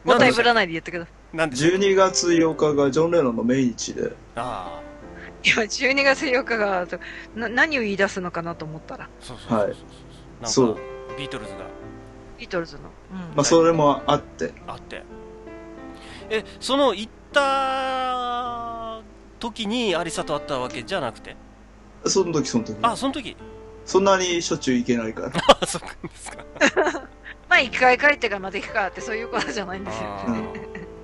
[SPEAKER 2] もったい
[SPEAKER 1] で
[SPEAKER 2] ぶらないで言ってくださ
[SPEAKER 1] なん
[SPEAKER 3] え
[SPEAKER 1] で
[SPEAKER 3] 12月8日がジョン・レノンの命日で、
[SPEAKER 1] ああ、
[SPEAKER 2] い。いや、12月8日が、な何を言い出すのかなと思ったら、
[SPEAKER 1] そうそうそうそうそう。
[SPEAKER 3] はい
[SPEAKER 1] なんか、ビートルズが
[SPEAKER 2] ビートルズの。うん
[SPEAKER 3] まあそれもあって、
[SPEAKER 1] あってえその行った時にアリサと会ったわけじゃなくて
[SPEAKER 3] その時その時。
[SPEAKER 1] あその時
[SPEAKER 3] そんなにしょっちゅう行けないから。
[SPEAKER 1] あそうかですか
[SPEAKER 2] まあ一回帰ってからまた行くかってそういうことじゃないんですよ
[SPEAKER 1] あ
[SPEAKER 2] ね。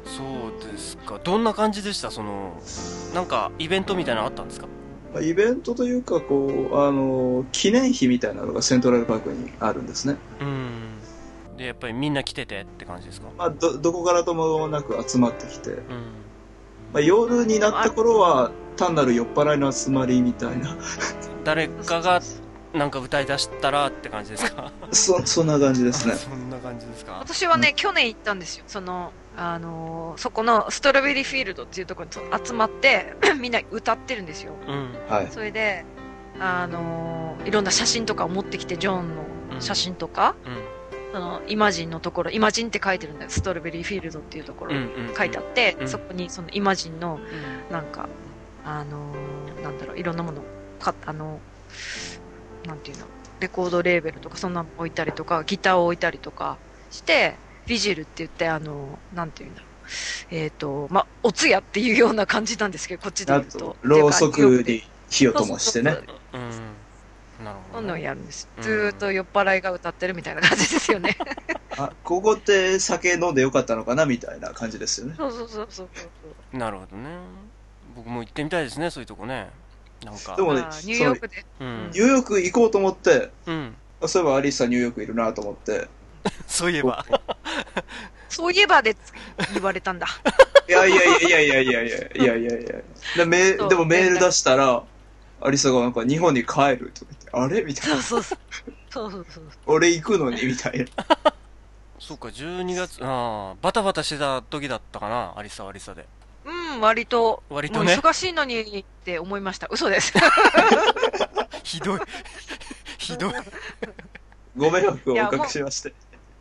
[SPEAKER 1] ーそうですかどんな感じでしたそのなんかイベントみたいなのあったんですか
[SPEAKER 3] まあイベントというか、こう、あの、記念碑みたいなのがセントラルパークにあるんですね。
[SPEAKER 1] うんでやっぱりみんな来ててって感じですか
[SPEAKER 3] まあ、ど、どこからともなく集まってきて、
[SPEAKER 1] うん
[SPEAKER 3] まあ、夜になった頃は単なる酔っ払いの集まりみたいな
[SPEAKER 1] 誰かがなんか歌い出したらって感じですか
[SPEAKER 3] そそんな感じです ね
[SPEAKER 1] そんな感じですか
[SPEAKER 2] 私はね、去年行ったんですよ。その、あのーそこのストロベリーフィールドっていうところにそ集まって、 みんな歌ってるんですよ。
[SPEAKER 1] うん
[SPEAKER 3] はい
[SPEAKER 2] それで、あのーいろんな写真とかを持ってきて、ジョンの写真とか、
[SPEAKER 1] う
[SPEAKER 2] その、イマジンのところ、イマジンって書いてるんだよ。ストロベリーフィールドっていうところ
[SPEAKER 1] んう
[SPEAKER 2] に
[SPEAKER 1] んうん
[SPEAKER 2] 書いてあって、
[SPEAKER 1] うん
[SPEAKER 2] そこにそのイマジンの、
[SPEAKER 1] うん
[SPEAKER 2] なんか、あのーなんだろう、いろんなもの、か、あのなんていうの、レコードレーベルとか、そんなの置いたりとか、ギターを置いたりとかして、ビジルって言って、あのーなんていうんだろう。えっ、と、まあ、お通夜っていうような感じなんですけど、こっちで
[SPEAKER 3] あ
[SPEAKER 2] 言うと
[SPEAKER 3] と。ろうそく
[SPEAKER 2] で
[SPEAKER 3] に火を灯してね
[SPEAKER 1] うんなるほど
[SPEAKER 2] どん
[SPEAKER 1] ね
[SPEAKER 2] どんやるんです。
[SPEAKER 1] うん
[SPEAKER 2] ずーっと酔っ払いが歌ってるみたいな感じですよ ね。
[SPEAKER 3] あここって酒飲んでよかったのかなみたいな感じですよね
[SPEAKER 2] そうそうそうそうそうそう。
[SPEAKER 1] なるほどね僕も行ってみたいですねそういうとこねなんか
[SPEAKER 3] でもね
[SPEAKER 2] まあニューヨークで。
[SPEAKER 1] うん
[SPEAKER 3] ニューヨーク行こうと思って
[SPEAKER 1] うん、
[SPEAKER 3] あそういえばアリサニューヨークいるなと思って
[SPEAKER 1] そういえば
[SPEAKER 2] そういえばで言われたんだ。
[SPEAKER 3] いやいやいやいやいやいやいやいやいやいやでメ
[SPEAKER 2] そう
[SPEAKER 3] でもメール出したらアリサがなんか日本に帰るとか言ってあれみたい
[SPEAKER 2] そうそ
[SPEAKER 3] な
[SPEAKER 2] うそう。そうそうそう。
[SPEAKER 3] 俺行くのにみたいな
[SPEAKER 1] そうか、12月、ああ、バタバタしてた時だったかな、アリサはアリサで。
[SPEAKER 2] うん、割と、
[SPEAKER 1] 割と
[SPEAKER 2] も
[SPEAKER 1] ね
[SPEAKER 2] う忙しいのにって思いました。嘘です。
[SPEAKER 1] ひ どい。ひどい。
[SPEAKER 3] ご迷惑をおかけしまして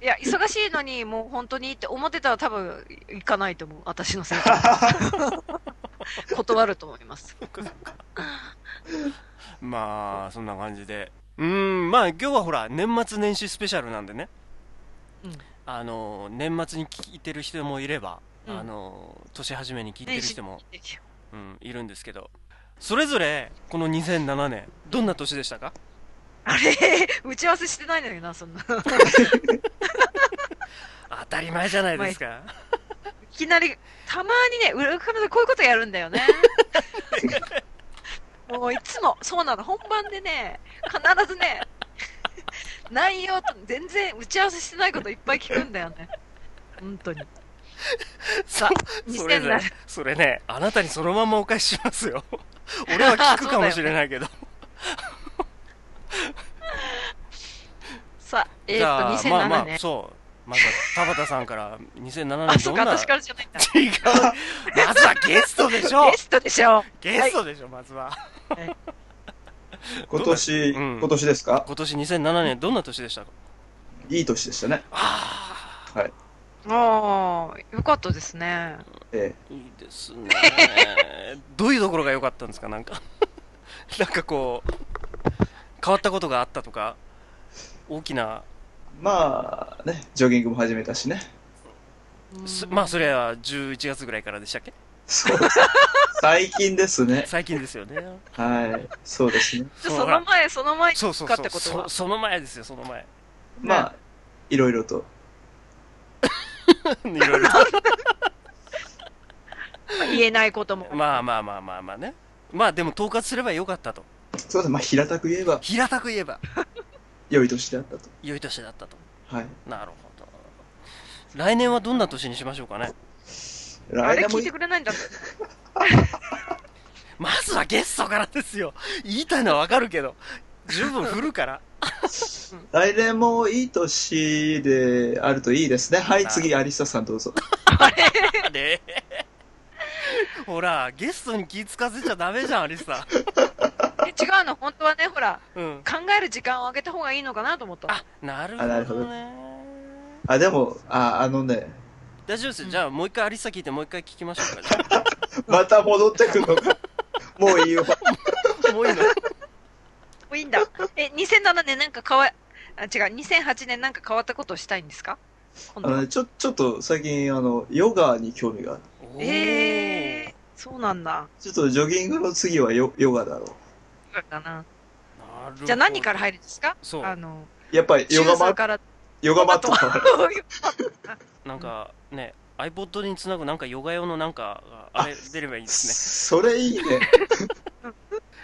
[SPEAKER 2] いや、忙しいのに、もう本当にって思ってたら多分、行かないと思う。私のせいで 断ると思います。
[SPEAKER 1] まあ、そんな感じで。うーん、まあ今日はほら、年末年始スペシャルなんでね。
[SPEAKER 2] うん
[SPEAKER 1] あの、年末に聞いてる人もいれば、
[SPEAKER 2] うん
[SPEAKER 1] あの、年始めに聞いてる人も、うん、いるんですけど、それぞれ、この2007年、どんな年でしたか
[SPEAKER 2] あれ、打ち合わせしてないのよな、そんな。
[SPEAKER 1] 当たり前じゃないですか。
[SPEAKER 2] いきなり、たまにね、裏方でこういうことやるん だよね。もういつも、そうなの、本番でね、必ずね、内容と全然打ち合わせしてないこといっぱい聞くんだよね。本当に。さあ、
[SPEAKER 1] それ
[SPEAKER 2] 2000
[SPEAKER 1] ね
[SPEAKER 2] だ。、
[SPEAKER 1] それね、あなたにそのままお返しします よ。俺は聞くかもしれないけど。
[SPEAKER 2] さあ、え
[SPEAKER 1] じゃあ、
[SPEAKER 2] ー、っと、
[SPEAKER 1] まあ
[SPEAKER 2] 2007
[SPEAKER 1] まあ、
[SPEAKER 2] 年。
[SPEAKER 1] そう。まずは田畑さんから2007
[SPEAKER 2] あ、
[SPEAKER 1] 年ど
[SPEAKER 2] そうんか、
[SPEAKER 1] な
[SPEAKER 2] 私からじゃないんだ。
[SPEAKER 1] 違う。まずはゲストでしょ
[SPEAKER 2] ゲストでしょ。
[SPEAKER 1] ゲストでしょ、まずは。
[SPEAKER 3] 今年、
[SPEAKER 1] うん
[SPEAKER 3] 今年ですか
[SPEAKER 1] 今年2007年、どんな年でしたか
[SPEAKER 3] いい年でしたね
[SPEAKER 1] あ
[SPEAKER 3] はい
[SPEAKER 2] ああ、よかったですね。
[SPEAKER 3] え
[SPEAKER 1] あ、いいですね。どういうところが良かったんですかなんか。 なんかこう、変わったことがあったとか、大きな、
[SPEAKER 3] えまあねジョギングも始めたしね
[SPEAKER 1] すまあ、それは11月ぐらいからでしたっけ
[SPEAKER 3] そうです最近ですね
[SPEAKER 1] 最近ですよね。
[SPEAKER 3] はいそうですね
[SPEAKER 2] じゃ
[SPEAKER 1] そ
[SPEAKER 2] あ
[SPEAKER 1] う
[SPEAKER 2] その前、その前に
[SPEAKER 1] そう
[SPEAKER 2] 使
[SPEAKER 1] そうそ
[SPEAKER 2] っ
[SPEAKER 1] う
[SPEAKER 2] たことは
[SPEAKER 1] そ。その前ですよその前
[SPEAKER 3] まあいろいろと
[SPEAKER 1] いろいろ
[SPEAKER 2] 言えないことも。
[SPEAKER 1] まあまあまあまあまあねまあでも統括すればよかったと
[SPEAKER 3] そうですねまあ平たく言えば
[SPEAKER 1] 平たく言えば
[SPEAKER 3] 良い年であったと
[SPEAKER 1] 良い年だったと
[SPEAKER 3] はい
[SPEAKER 1] なるほど来年はどんな年にしましょうかね
[SPEAKER 2] あ
[SPEAKER 3] 来
[SPEAKER 2] れ
[SPEAKER 3] 年も
[SPEAKER 2] 聞いてくれないんだった
[SPEAKER 1] まずはゲストからですよ言いたいのはわかるけど十分振るから
[SPEAKER 3] 来年もいい年であるといいですね。はい、
[SPEAKER 1] な
[SPEAKER 3] 次、アリサさんどうぞ。
[SPEAKER 1] あれほらゲストに気つかせちゃダメじゃんアリスさ
[SPEAKER 2] え違うの、本当はね、ほら、
[SPEAKER 1] んうん
[SPEAKER 2] 考える時間をあげた方がいいのかなと思った。
[SPEAKER 1] あなるほ
[SPEAKER 3] あなるほ
[SPEAKER 1] ど
[SPEAKER 3] ど
[SPEAKER 1] ね
[SPEAKER 3] あ、でも、あ、あのね、
[SPEAKER 1] 大丈夫ですよ
[SPEAKER 2] うん
[SPEAKER 1] じゃあもう一回アリサ聞いてもう一回聞きましょうかじゃあ
[SPEAKER 3] また戻ってくるのか。もういいよ。
[SPEAKER 1] もういいの
[SPEAKER 2] もういいんだ。 え、2007年なんか変わ、あ、違う、2008年なんか変わったことをしたいんですか今
[SPEAKER 3] あ
[SPEAKER 2] 度
[SPEAKER 3] の
[SPEAKER 2] は
[SPEAKER 3] ね、ちょ、ちょっと最近、あの、ヨガに興味がある。
[SPEAKER 1] おー
[SPEAKER 2] えー、そうなんだ。
[SPEAKER 3] ちょっとジョギングの次はヨヨガだろ
[SPEAKER 2] そうだな
[SPEAKER 1] なるほど
[SPEAKER 2] じゃあ何から入るんですか
[SPEAKER 1] そう
[SPEAKER 2] あの、
[SPEAKER 3] う。やっぱりヨガ
[SPEAKER 2] 中
[SPEAKER 3] マ
[SPEAKER 2] 枢
[SPEAKER 3] ット、
[SPEAKER 2] から。
[SPEAKER 3] ヨガマット買われる
[SPEAKER 1] なんかね iPod につなぐなんかヨガ用のなんかがあれ出ればいいです
[SPEAKER 3] それいいね。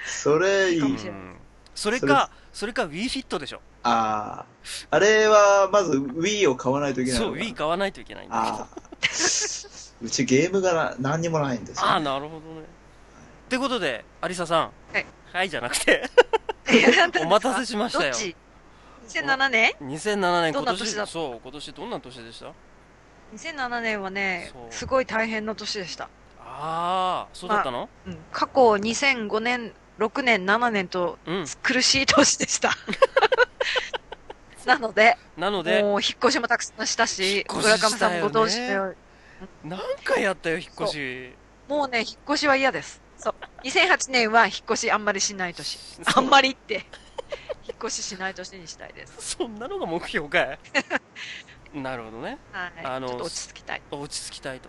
[SPEAKER 3] それい
[SPEAKER 2] か
[SPEAKER 1] ね
[SPEAKER 2] も
[SPEAKER 3] い
[SPEAKER 2] し。れない
[SPEAKER 1] うんそれかそれか WeFit でしょ
[SPEAKER 3] あーあれは、まず Wii を買わないといけないの
[SPEAKER 1] そ
[SPEAKER 3] か
[SPEAKER 1] う
[SPEAKER 3] な
[SPEAKER 1] Wii 買わないといけないんだ
[SPEAKER 3] ああ。うちゲームがな何にもないんですよ
[SPEAKER 1] ああなるほどねってことでアリサさん
[SPEAKER 2] はい
[SPEAKER 1] はいじゃなく てお待たせしました
[SPEAKER 2] どっ
[SPEAKER 1] よ
[SPEAKER 2] ち ?2007 年
[SPEAKER 1] 2007年
[SPEAKER 2] ど
[SPEAKER 1] 今
[SPEAKER 2] んな年だ
[SPEAKER 1] 年そう今年どんな年でしたあ
[SPEAKER 2] ?2007 年はね
[SPEAKER 1] そ、う
[SPEAKER 2] すごい大変な年でした。
[SPEAKER 1] あそうだったの
[SPEAKER 2] うん過去2005年、6年、7年と
[SPEAKER 1] うん
[SPEAKER 2] 苦しい年 でした。なので、
[SPEAKER 1] なので
[SPEAKER 2] もう引っ越しもたくさんしたし、
[SPEAKER 1] 引っ
[SPEAKER 2] 村
[SPEAKER 1] 越し
[SPEAKER 2] 上
[SPEAKER 1] した
[SPEAKER 2] さ
[SPEAKER 1] よね
[SPEAKER 2] んもご同士で、
[SPEAKER 1] 何回やったよ引っ越し
[SPEAKER 2] もうね、引っ越しは嫌です。そう。2008年は引っ越しあんまりしな い年。あんまりって。 引っ越ししない年にしたいです。
[SPEAKER 1] そんなのが目標か いなるほどね
[SPEAKER 2] はい。
[SPEAKER 1] あの
[SPEAKER 2] ちょっと落ち着きたい。
[SPEAKER 1] 落ち着きたいと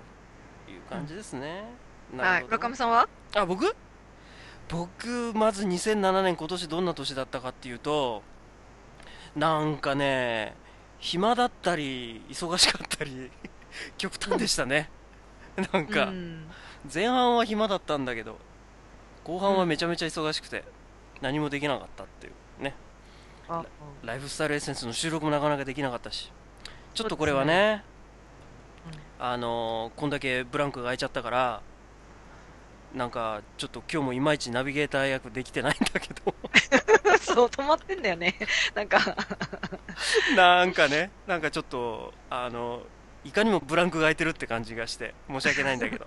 [SPEAKER 1] いう感じですね、な
[SPEAKER 2] は
[SPEAKER 1] るほ
[SPEAKER 2] い。
[SPEAKER 1] どね
[SPEAKER 2] 村上さんは
[SPEAKER 1] あ僕僕まず2007年今年どんな年だったかっていうとなんかね暇だったり忙しかったり 極端でしたね なんか、
[SPEAKER 2] うん。
[SPEAKER 1] 前半は暇だったんだけど後半はめちゃめちゃ忙しくて何もできなかったっていうね
[SPEAKER 2] あ
[SPEAKER 1] ライフスタイルエッセンスの収録もなかなかできなかったしちょっとこれは
[SPEAKER 2] そう
[SPEAKER 1] ね
[SPEAKER 2] ですね
[SPEAKER 1] あのこんだけブランクが空いちゃったからなんかちょっと今日もいまいちナビゲーター役できてないんだけど
[SPEAKER 2] そう、止まってんだよね。 なんか、
[SPEAKER 1] なんかねなんかちょっとあのいかにもブランクが空いてるって感じがして申し訳ないんだけ ど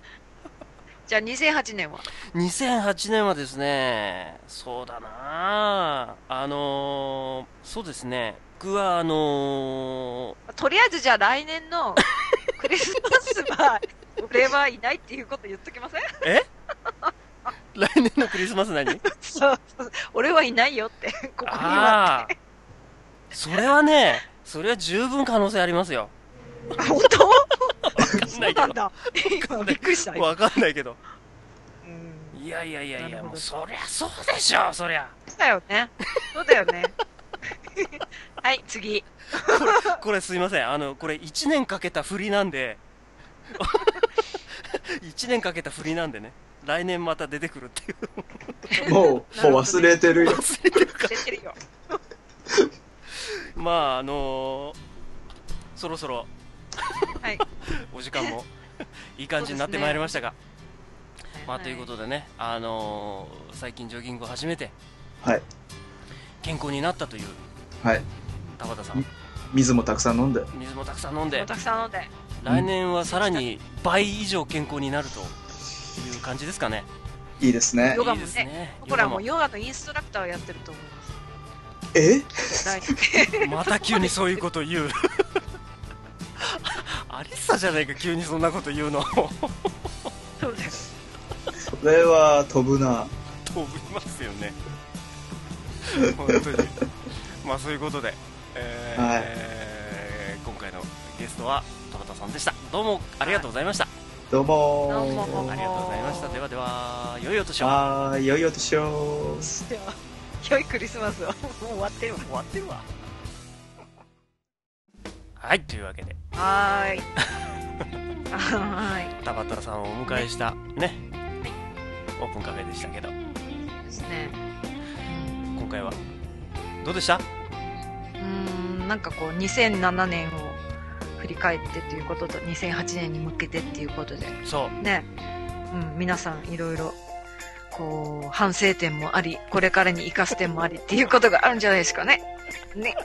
[SPEAKER 2] じゃあ2008年は。
[SPEAKER 1] 2008年はですねそうだなあのそうですね僕はあの
[SPEAKER 2] とりあえずじゃあ来 年のクリスマスは、俺はいないっていうこと言っときません
[SPEAKER 1] 来年のクリスマス何
[SPEAKER 2] そうそう。俺はいないよって、ここには。
[SPEAKER 1] ああーそれはねそれは十分可能性ありますよ
[SPEAKER 2] 本当
[SPEAKER 1] わかんな
[SPEAKER 2] そう
[SPEAKER 1] いけど
[SPEAKER 2] なんだ。今びっくりした。
[SPEAKER 1] わかんないけど
[SPEAKER 2] うん
[SPEAKER 1] いやいやいやい
[SPEAKER 2] なる
[SPEAKER 1] や
[SPEAKER 2] ほど
[SPEAKER 1] もうそりゃそうでしょそりゃ
[SPEAKER 2] そうだよね。そうだ よね。はい、次。
[SPEAKER 1] これすいませんあのこれ1年かけた振りなんで1年かけた振りなんでね来年また出てくるっていう
[SPEAKER 3] もう、もう忘れてるよ。
[SPEAKER 1] 忘れてるか
[SPEAKER 2] 出てるよ。
[SPEAKER 1] まああのーそろそろ
[SPEAKER 2] はい。
[SPEAKER 1] お時間もいい感じになってまいりましたが、まあということでねあのー最近ジョギングを始めて
[SPEAKER 3] はい。
[SPEAKER 1] 健康になったという
[SPEAKER 3] はい。
[SPEAKER 1] 田畑さん
[SPEAKER 3] 水もたくさん飲んで。
[SPEAKER 1] 水もたくさん飲ん
[SPEAKER 2] で。
[SPEAKER 1] で
[SPEAKER 2] たくさん飲んで。
[SPEAKER 1] 来年はさらに倍以上健康になるという感じですかね。
[SPEAKER 3] いいですね
[SPEAKER 2] ヨ。ガもね
[SPEAKER 1] いいですね。
[SPEAKER 2] 僕らも
[SPEAKER 1] ヨ
[SPEAKER 2] ヨガのインストラクターをやってると思います。
[SPEAKER 3] え
[SPEAKER 2] 大
[SPEAKER 1] ガもまた急にそういうこと言う。 アリッサじゃないか急にそんなこと言うの
[SPEAKER 2] そうだよ。
[SPEAKER 3] これは飛ぶな。
[SPEAKER 1] 飛びますよね本当にまあそういうことで、えー
[SPEAKER 3] はい
[SPEAKER 1] えー今回のゲストは田畑さんでしたどうもありがとうございました、
[SPEAKER 3] どうも
[SPEAKER 2] どうも
[SPEAKER 1] ありがとうございましたではでは良いお年を
[SPEAKER 3] はーい、良いお年を。
[SPEAKER 2] じゃあ、良いクリスマスを。もう終わってるわ。終わってるわ。
[SPEAKER 1] はいというわけで
[SPEAKER 2] はーい。はーい。
[SPEAKER 1] 田畑さんをお迎えしたねオープンカフェでしたけど
[SPEAKER 2] ですね。
[SPEAKER 1] 今回はどうでした
[SPEAKER 2] うーん、なんかこう、2007年を振り返ってということと、2008年に向けてっていうことで、
[SPEAKER 1] そう
[SPEAKER 2] ね、うん、皆さんいろいろ、こう、反省点もあり、これからに生かす点もありっていうことがあるんじゃないですかね。ね。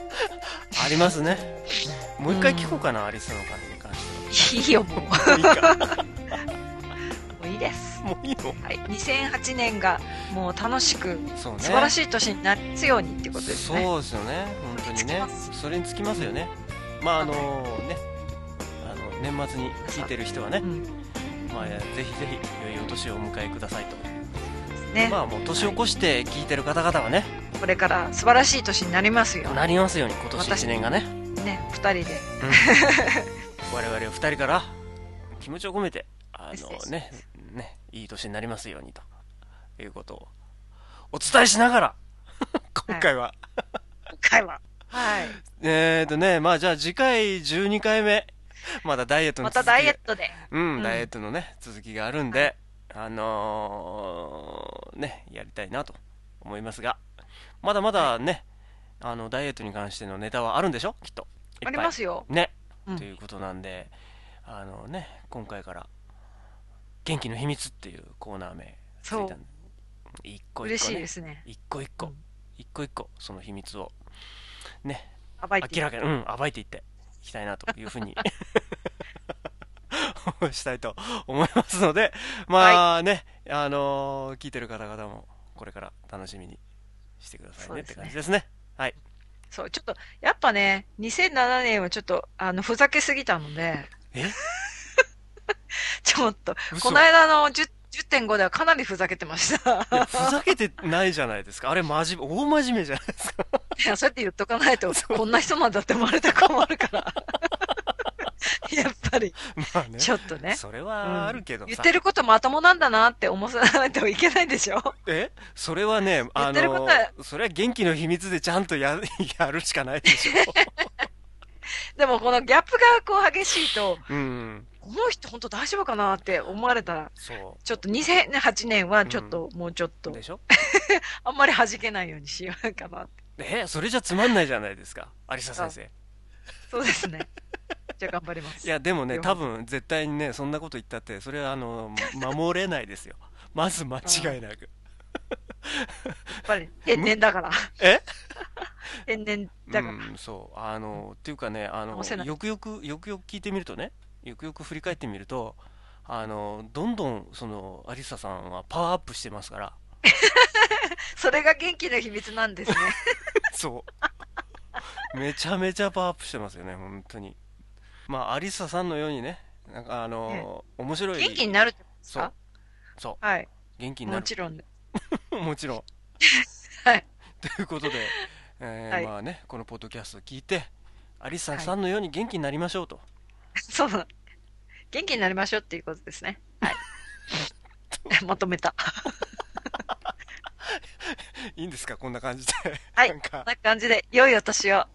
[SPEAKER 1] ありますねもう一回聞こうかなアリスの感じに関して
[SPEAKER 2] いいよ、もう。も
[SPEAKER 1] はいいか
[SPEAKER 2] ういいです。
[SPEAKER 1] もういいの
[SPEAKER 2] はい。2008年が、もう楽しく、
[SPEAKER 1] そうね
[SPEAKER 2] 素晴らしい年になりますようにってことですね。
[SPEAKER 1] そうですよね本当に
[SPEAKER 2] つき
[SPEAKER 1] ね
[SPEAKER 2] ます
[SPEAKER 1] それにつきますよねまああのねあの年末に聞いてる人はね
[SPEAKER 2] う、ん。
[SPEAKER 1] まあ、ぜひぜひ良いお年をお迎えくださいと、
[SPEAKER 2] ね。
[SPEAKER 1] まあもう年を越して聞いてる方々はね、
[SPEAKER 2] これから素晴らしい年になりますように。
[SPEAKER 1] なりますように今年1年がね
[SPEAKER 2] ね、二人で。
[SPEAKER 1] 我々2人から気持ちを込めてあ
[SPEAKER 2] そう
[SPEAKER 1] の
[SPEAKER 2] そう
[SPEAKER 1] ねねいい年になりますようにということをお伝えしながら 今回は、
[SPEAKER 2] 今回は。はい。
[SPEAKER 1] えーとねまあじゃあ次回12回目まだダイエットの
[SPEAKER 2] ま
[SPEAKER 1] 続
[SPEAKER 2] た
[SPEAKER 1] きが
[SPEAKER 2] ダイエットで。
[SPEAKER 1] うん、
[SPEAKER 2] うん
[SPEAKER 1] ダイエットのね続きがあるんで、あのーねやりたいなと思いますがまだまだね、あのダイエットに関してのネタはあるんでしょきっといっぱい
[SPEAKER 2] ありますよ。
[SPEAKER 1] ね、
[SPEAKER 2] うん
[SPEAKER 1] ということなんであのね今回から「元気の秘密」っていうコーナー名つい
[SPEAKER 2] そう
[SPEAKER 1] たんで一個
[SPEAKER 2] 嬉
[SPEAKER 1] 一個
[SPEAKER 2] しい
[SPEAKER 1] ね
[SPEAKER 2] ですね。
[SPEAKER 1] 一個一個、
[SPEAKER 2] うん
[SPEAKER 1] 一個一個その秘密をね
[SPEAKER 2] 暴いて。
[SPEAKER 1] 明らかに、うん、暴いていっていきたいなというふう にしたいと思いますので、まあね、あのー聞いてる方々もこれから楽しみにしてください
[SPEAKER 2] そう
[SPEAKER 1] ねっ
[SPEAKER 2] ですね
[SPEAKER 1] て感じですね。はい。
[SPEAKER 2] そう、ちょっと、やっぱね、2007年はちょっと、あの、ふざけすぎたので、
[SPEAKER 1] え
[SPEAKER 2] ちょっと、
[SPEAKER 1] 嘘
[SPEAKER 2] この間の10 10.5ではかなりふざけてました。
[SPEAKER 1] いやふざけてないじゃないですか。あれ、真面目、大真面目じゃないですか。
[SPEAKER 2] いや、そうやって言っとかないと、
[SPEAKER 1] そう
[SPEAKER 2] こんな人なんだって思われた困 るから。やっぱり、
[SPEAKER 1] まあね。
[SPEAKER 2] ちょっとね。
[SPEAKER 1] それ
[SPEAKER 2] うん
[SPEAKER 1] はあるけどさ。
[SPEAKER 2] 言ってることまともなんだなって思わせないといけないでしょ
[SPEAKER 1] えそれはね、
[SPEAKER 2] 言
[SPEAKER 1] あ
[SPEAKER 2] ってること
[SPEAKER 1] の
[SPEAKER 2] は、
[SPEAKER 1] それは元気の秘密でちゃんとややる しかないでし
[SPEAKER 2] でもこのギャップがこう激しいと、
[SPEAKER 1] ょ。うん。
[SPEAKER 2] この人本当大丈夫かなって思われたら、
[SPEAKER 1] そ
[SPEAKER 2] ちょっと2008年はちょっと、もうちょっ
[SPEAKER 1] う。
[SPEAKER 2] と
[SPEAKER 1] で、しょ
[SPEAKER 2] あんまり弾けないようにしよう かなって。
[SPEAKER 1] えそれじゃつまんないじゃないですか有沙先生
[SPEAKER 2] そうですね。じゃあ頑張ります。
[SPEAKER 1] いやでもね
[SPEAKER 2] よ
[SPEAKER 1] 多分絶対にねそんなこと言ったってそれはあの守れないですよまず間違いなく
[SPEAKER 2] やっぱり天然だから。
[SPEAKER 1] え
[SPEAKER 2] 天然
[SPEAKER 1] う
[SPEAKER 2] だから。
[SPEAKER 1] んそうあのっていうかねあの
[SPEAKER 2] 直せない
[SPEAKER 1] よくよくよくよく聞いてみるとねよくよく振り返ってみるとあのどんどんそのアリサさんはパワーアップしてますから
[SPEAKER 2] それが元気の秘密なん ですね。
[SPEAKER 1] そうめちゃめちゃパワーアップしてますよね本当にまあアリサさんのようにねなんかあの面白い
[SPEAKER 2] 元気になるってことです
[SPEAKER 1] そう
[SPEAKER 2] か
[SPEAKER 1] そ
[SPEAKER 2] はい。
[SPEAKER 1] う元気にな
[SPEAKER 2] も
[SPEAKER 1] る
[SPEAKER 2] ちろん で。
[SPEAKER 1] もちろん。
[SPEAKER 2] はい。
[SPEAKER 1] ということで、えー
[SPEAKER 2] はい
[SPEAKER 1] まあね、このポッドキャストを聞いて、アリサさんのように元気になりましょうと。
[SPEAKER 2] そうなの。元気になりましょうっていうことですね。はい。 まとめた。
[SPEAKER 1] い、いんですか、こんな感じで。
[SPEAKER 2] はい
[SPEAKER 1] なんか
[SPEAKER 2] こん、な感じで、良いお年を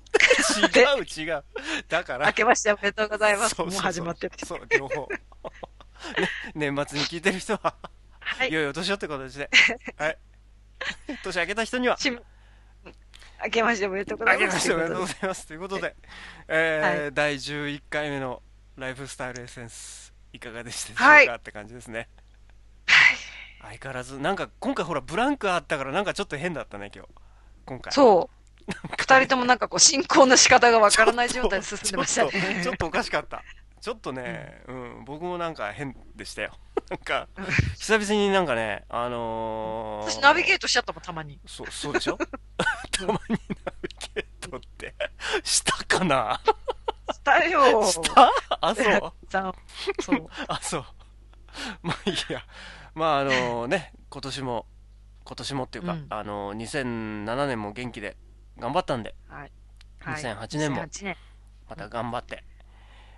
[SPEAKER 1] 違う違う。だから、
[SPEAKER 2] 明けましておめでとうございます。
[SPEAKER 1] そうそうそう
[SPEAKER 2] もう始まってる。
[SPEAKER 1] そう、両方。ね、年末に聞いてる人は、
[SPEAKER 2] はい。
[SPEAKER 1] 良いお年をってこと ですね。はい。年明けた人には、
[SPEAKER 2] し明けましておめでとうござ
[SPEAKER 1] 明
[SPEAKER 2] い
[SPEAKER 1] け
[SPEAKER 2] ま。
[SPEAKER 1] ますしておめでとうございます。ということで、えー
[SPEAKER 2] は
[SPEAKER 1] 第11回目のライフスタイルエッセンス、いかがでしたでしょうか、
[SPEAKER 2] はい
[SPEAKER 1] って感じですね。相変わらず、なんか今回ほらブランクあったからなんかちょっと変だったね、今日。今回。う。
[SPEAKER 2] そう。二人ともなんかこう、進行の仕方がわからない状態で進んでました
[SPEAKER 1] ちょっと
[SPEAKER 2] ね
[SPEAKER 1] ちょ。っとおかしか った。ちょっとね、うん、僕もなんか変でしたよ。 なんか、久々になんかね、あのー、
[SPEAKER 2] 私ナビゲートしちゃったもん、たまに。
[SPEAKER 1] そう、 そうでし ょたまにナビゲートって、したかな
[SPEAKER 2] したよ。
[SPEAKER 1] したあ、そう。
[SPEAKER 2] さそう。
[SPEAKER 1] あ、そう。 まあいいや。まああのね、今年も、今年もっていうか、
[SPEAKER 2] うん
[SPEAKER 1] あの2007年も元気で頑張ったんで、
[SPEAKER 2] はい。
[SPEAKER 1] 2008年も
[SPEAKER 2] 2008年
[SPEAKER 1] また頑張って、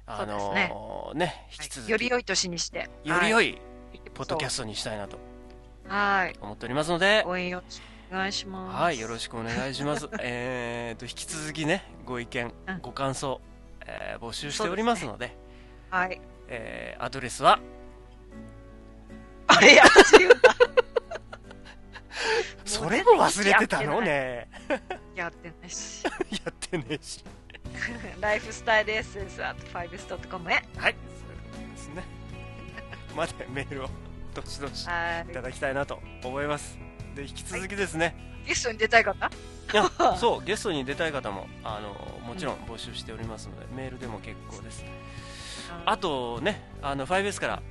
[SPEAKER 1] あ
[SPEAKER 2] そう
[SPEAKER 1] のね引き続き、
[SPEAKER 2] より良い年にして。
[SPEAKER 1] より良い
[SPEAKER 2] い
[SPEAKER 1] ポッドキャ
[SPEAKER 2] ス
[SPEAKER 1] ストにしたいなと
[SPEAKER 2] ト。はい。
[SPEAKER 1] 思っておりますので、
[SPEAKER 2] 応援よろしくお願いします。
[SPEAKER 1] はい、よろしくお願いし ます。えーと、引き続きね、ご意見
[SPEAKER 2] うん、
[SPEAKER 1] ご感想、えー募集しておりますので、
[SPEAKER 2] はい。
[SPEAKER 1] えーアドレスは、
[SPEAKER 2] あれ、私言うんだ。
[SPEAKER 1] それも忘れてたのね。
[SPEAKER 2] やってないし。
[SPEAKER 1] やってねえし。
[SPEAKER 2] ライフスタイルエッセンスアットファイブスドットコムへ。
[SPEAKER 1] はい、そういうことですね。 までメールをどしどしい
[SPEAKER 2] はい。
[SPEAKER 1] ただきたいなと思います。で、引き続きですね、
[SPEAKER 2] ゲストに出たい方、
[SPEAKER 1] いやそう、ゲストに出たい方も、あの、もちろん募集しておりますので、メールでも結構です。あとね、あの、5S から、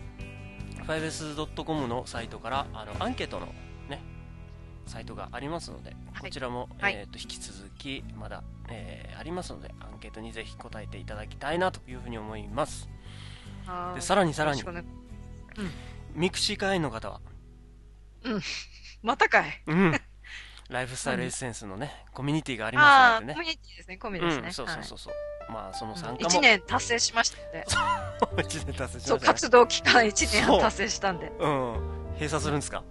[SPEAKER 1] 5S.com のサイトから、あの、アンケートのね、サイトがありますので、
[SPEAKER 2] い
[SPEAKER 1] こちらも、
[SPEAKER 2] はい
[SPEAKER 1] えっと、引き続き、まだ、えーありますので、アンケートにぜひ答えていただきたいなというふうに思います。
[SPEAKER 2] はい
[SPEAKER 1] で、さらにさらに
[SPEAKER 2] よろ、しくお願い
[SPEAKER 1] ミクシー会員の方は、
[SPEAKER 2] またかい。
[SPEAKER 1] うん、ライフスタイルエッセンスのね、コミュニティがあります
[SPEAKER 2] ああ
[SPEAKER 1] の
[SPEAKER 2] ー、
[SPEAKER 1] で
[SPEAKER 2] コ
[SPEAKER 1] ね。
[SPEAKER 2] ミュニティですね、コミュニティ
[SPEAKER 1] うん、
[SPEAKER 2] です
[SPEAKER 1] そ
[SPEAKER 2] ね。
[SPEAKER 1] うそうそうそう。まあ、その参加も、
[SPEAKER 2] 1年達成しましたんで、
[SPEAKER 1] 一年達成し
[SPEAKER 2] そ
[SPEAKER 1] ました
[SPEAKER 2] う
[SPEAKER 1] ね
[SPEAKER 2] 活動期間1年半達成したんで、
[SPEAKER 1] うん、閉鎖するんですか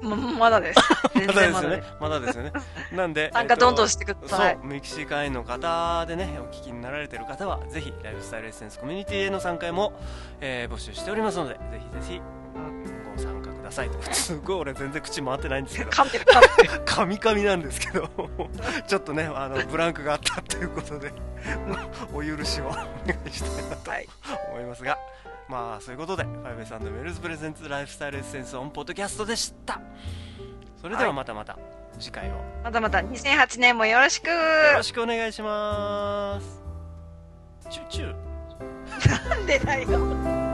[SPEAKER 2] ままだです。全
[SPEAKER 1] まだで
[SPEAKER 2] 然
[SPEAKER 1] すよ
[SPEAKER 2] まだ
[SPEAKER 1] ね
[SPEAKER 2] です。。
[SPEAKER 1] まだです よね。なんで、
[SPEAKER 2] 参加どんどん
[SPEAKER 1] し
[SPEAKER 2] してく
[SPEAKER 1] て
[SPEAKER 2] ださい。
[SPEAKER 1] そう、ミキシー会員の方でね、お聞きになられてる方は、ぜひ、ライフスタイルエッセンスコミュニティへの参加へも、えー募集しておりますので、ぜひぜひ、ご参加くださいと。 すごい俺全然口回ってないんですけど、
[SPEAKER 2] 噛んでる噛んでる
[SPEAKER 1] カミカミなんですけど、 ちょっとね、あの、ブランクがあったということで、 お許しをお願いしたいなと
[SPEAKER 2] はい
[SPEAKER 1] 思いますが、まあ、そういうことで、ファイブエスメルズプレゼンツライフスタイルエッセンスオンポッドキャストでした。それではまたまた、次回をよ
[SPEAKER 2] またまた2008年もよろしく
[SPEAKER 1] ろしくお願いします。チューチュー。
[SPEAKER 2] 噛んでないよ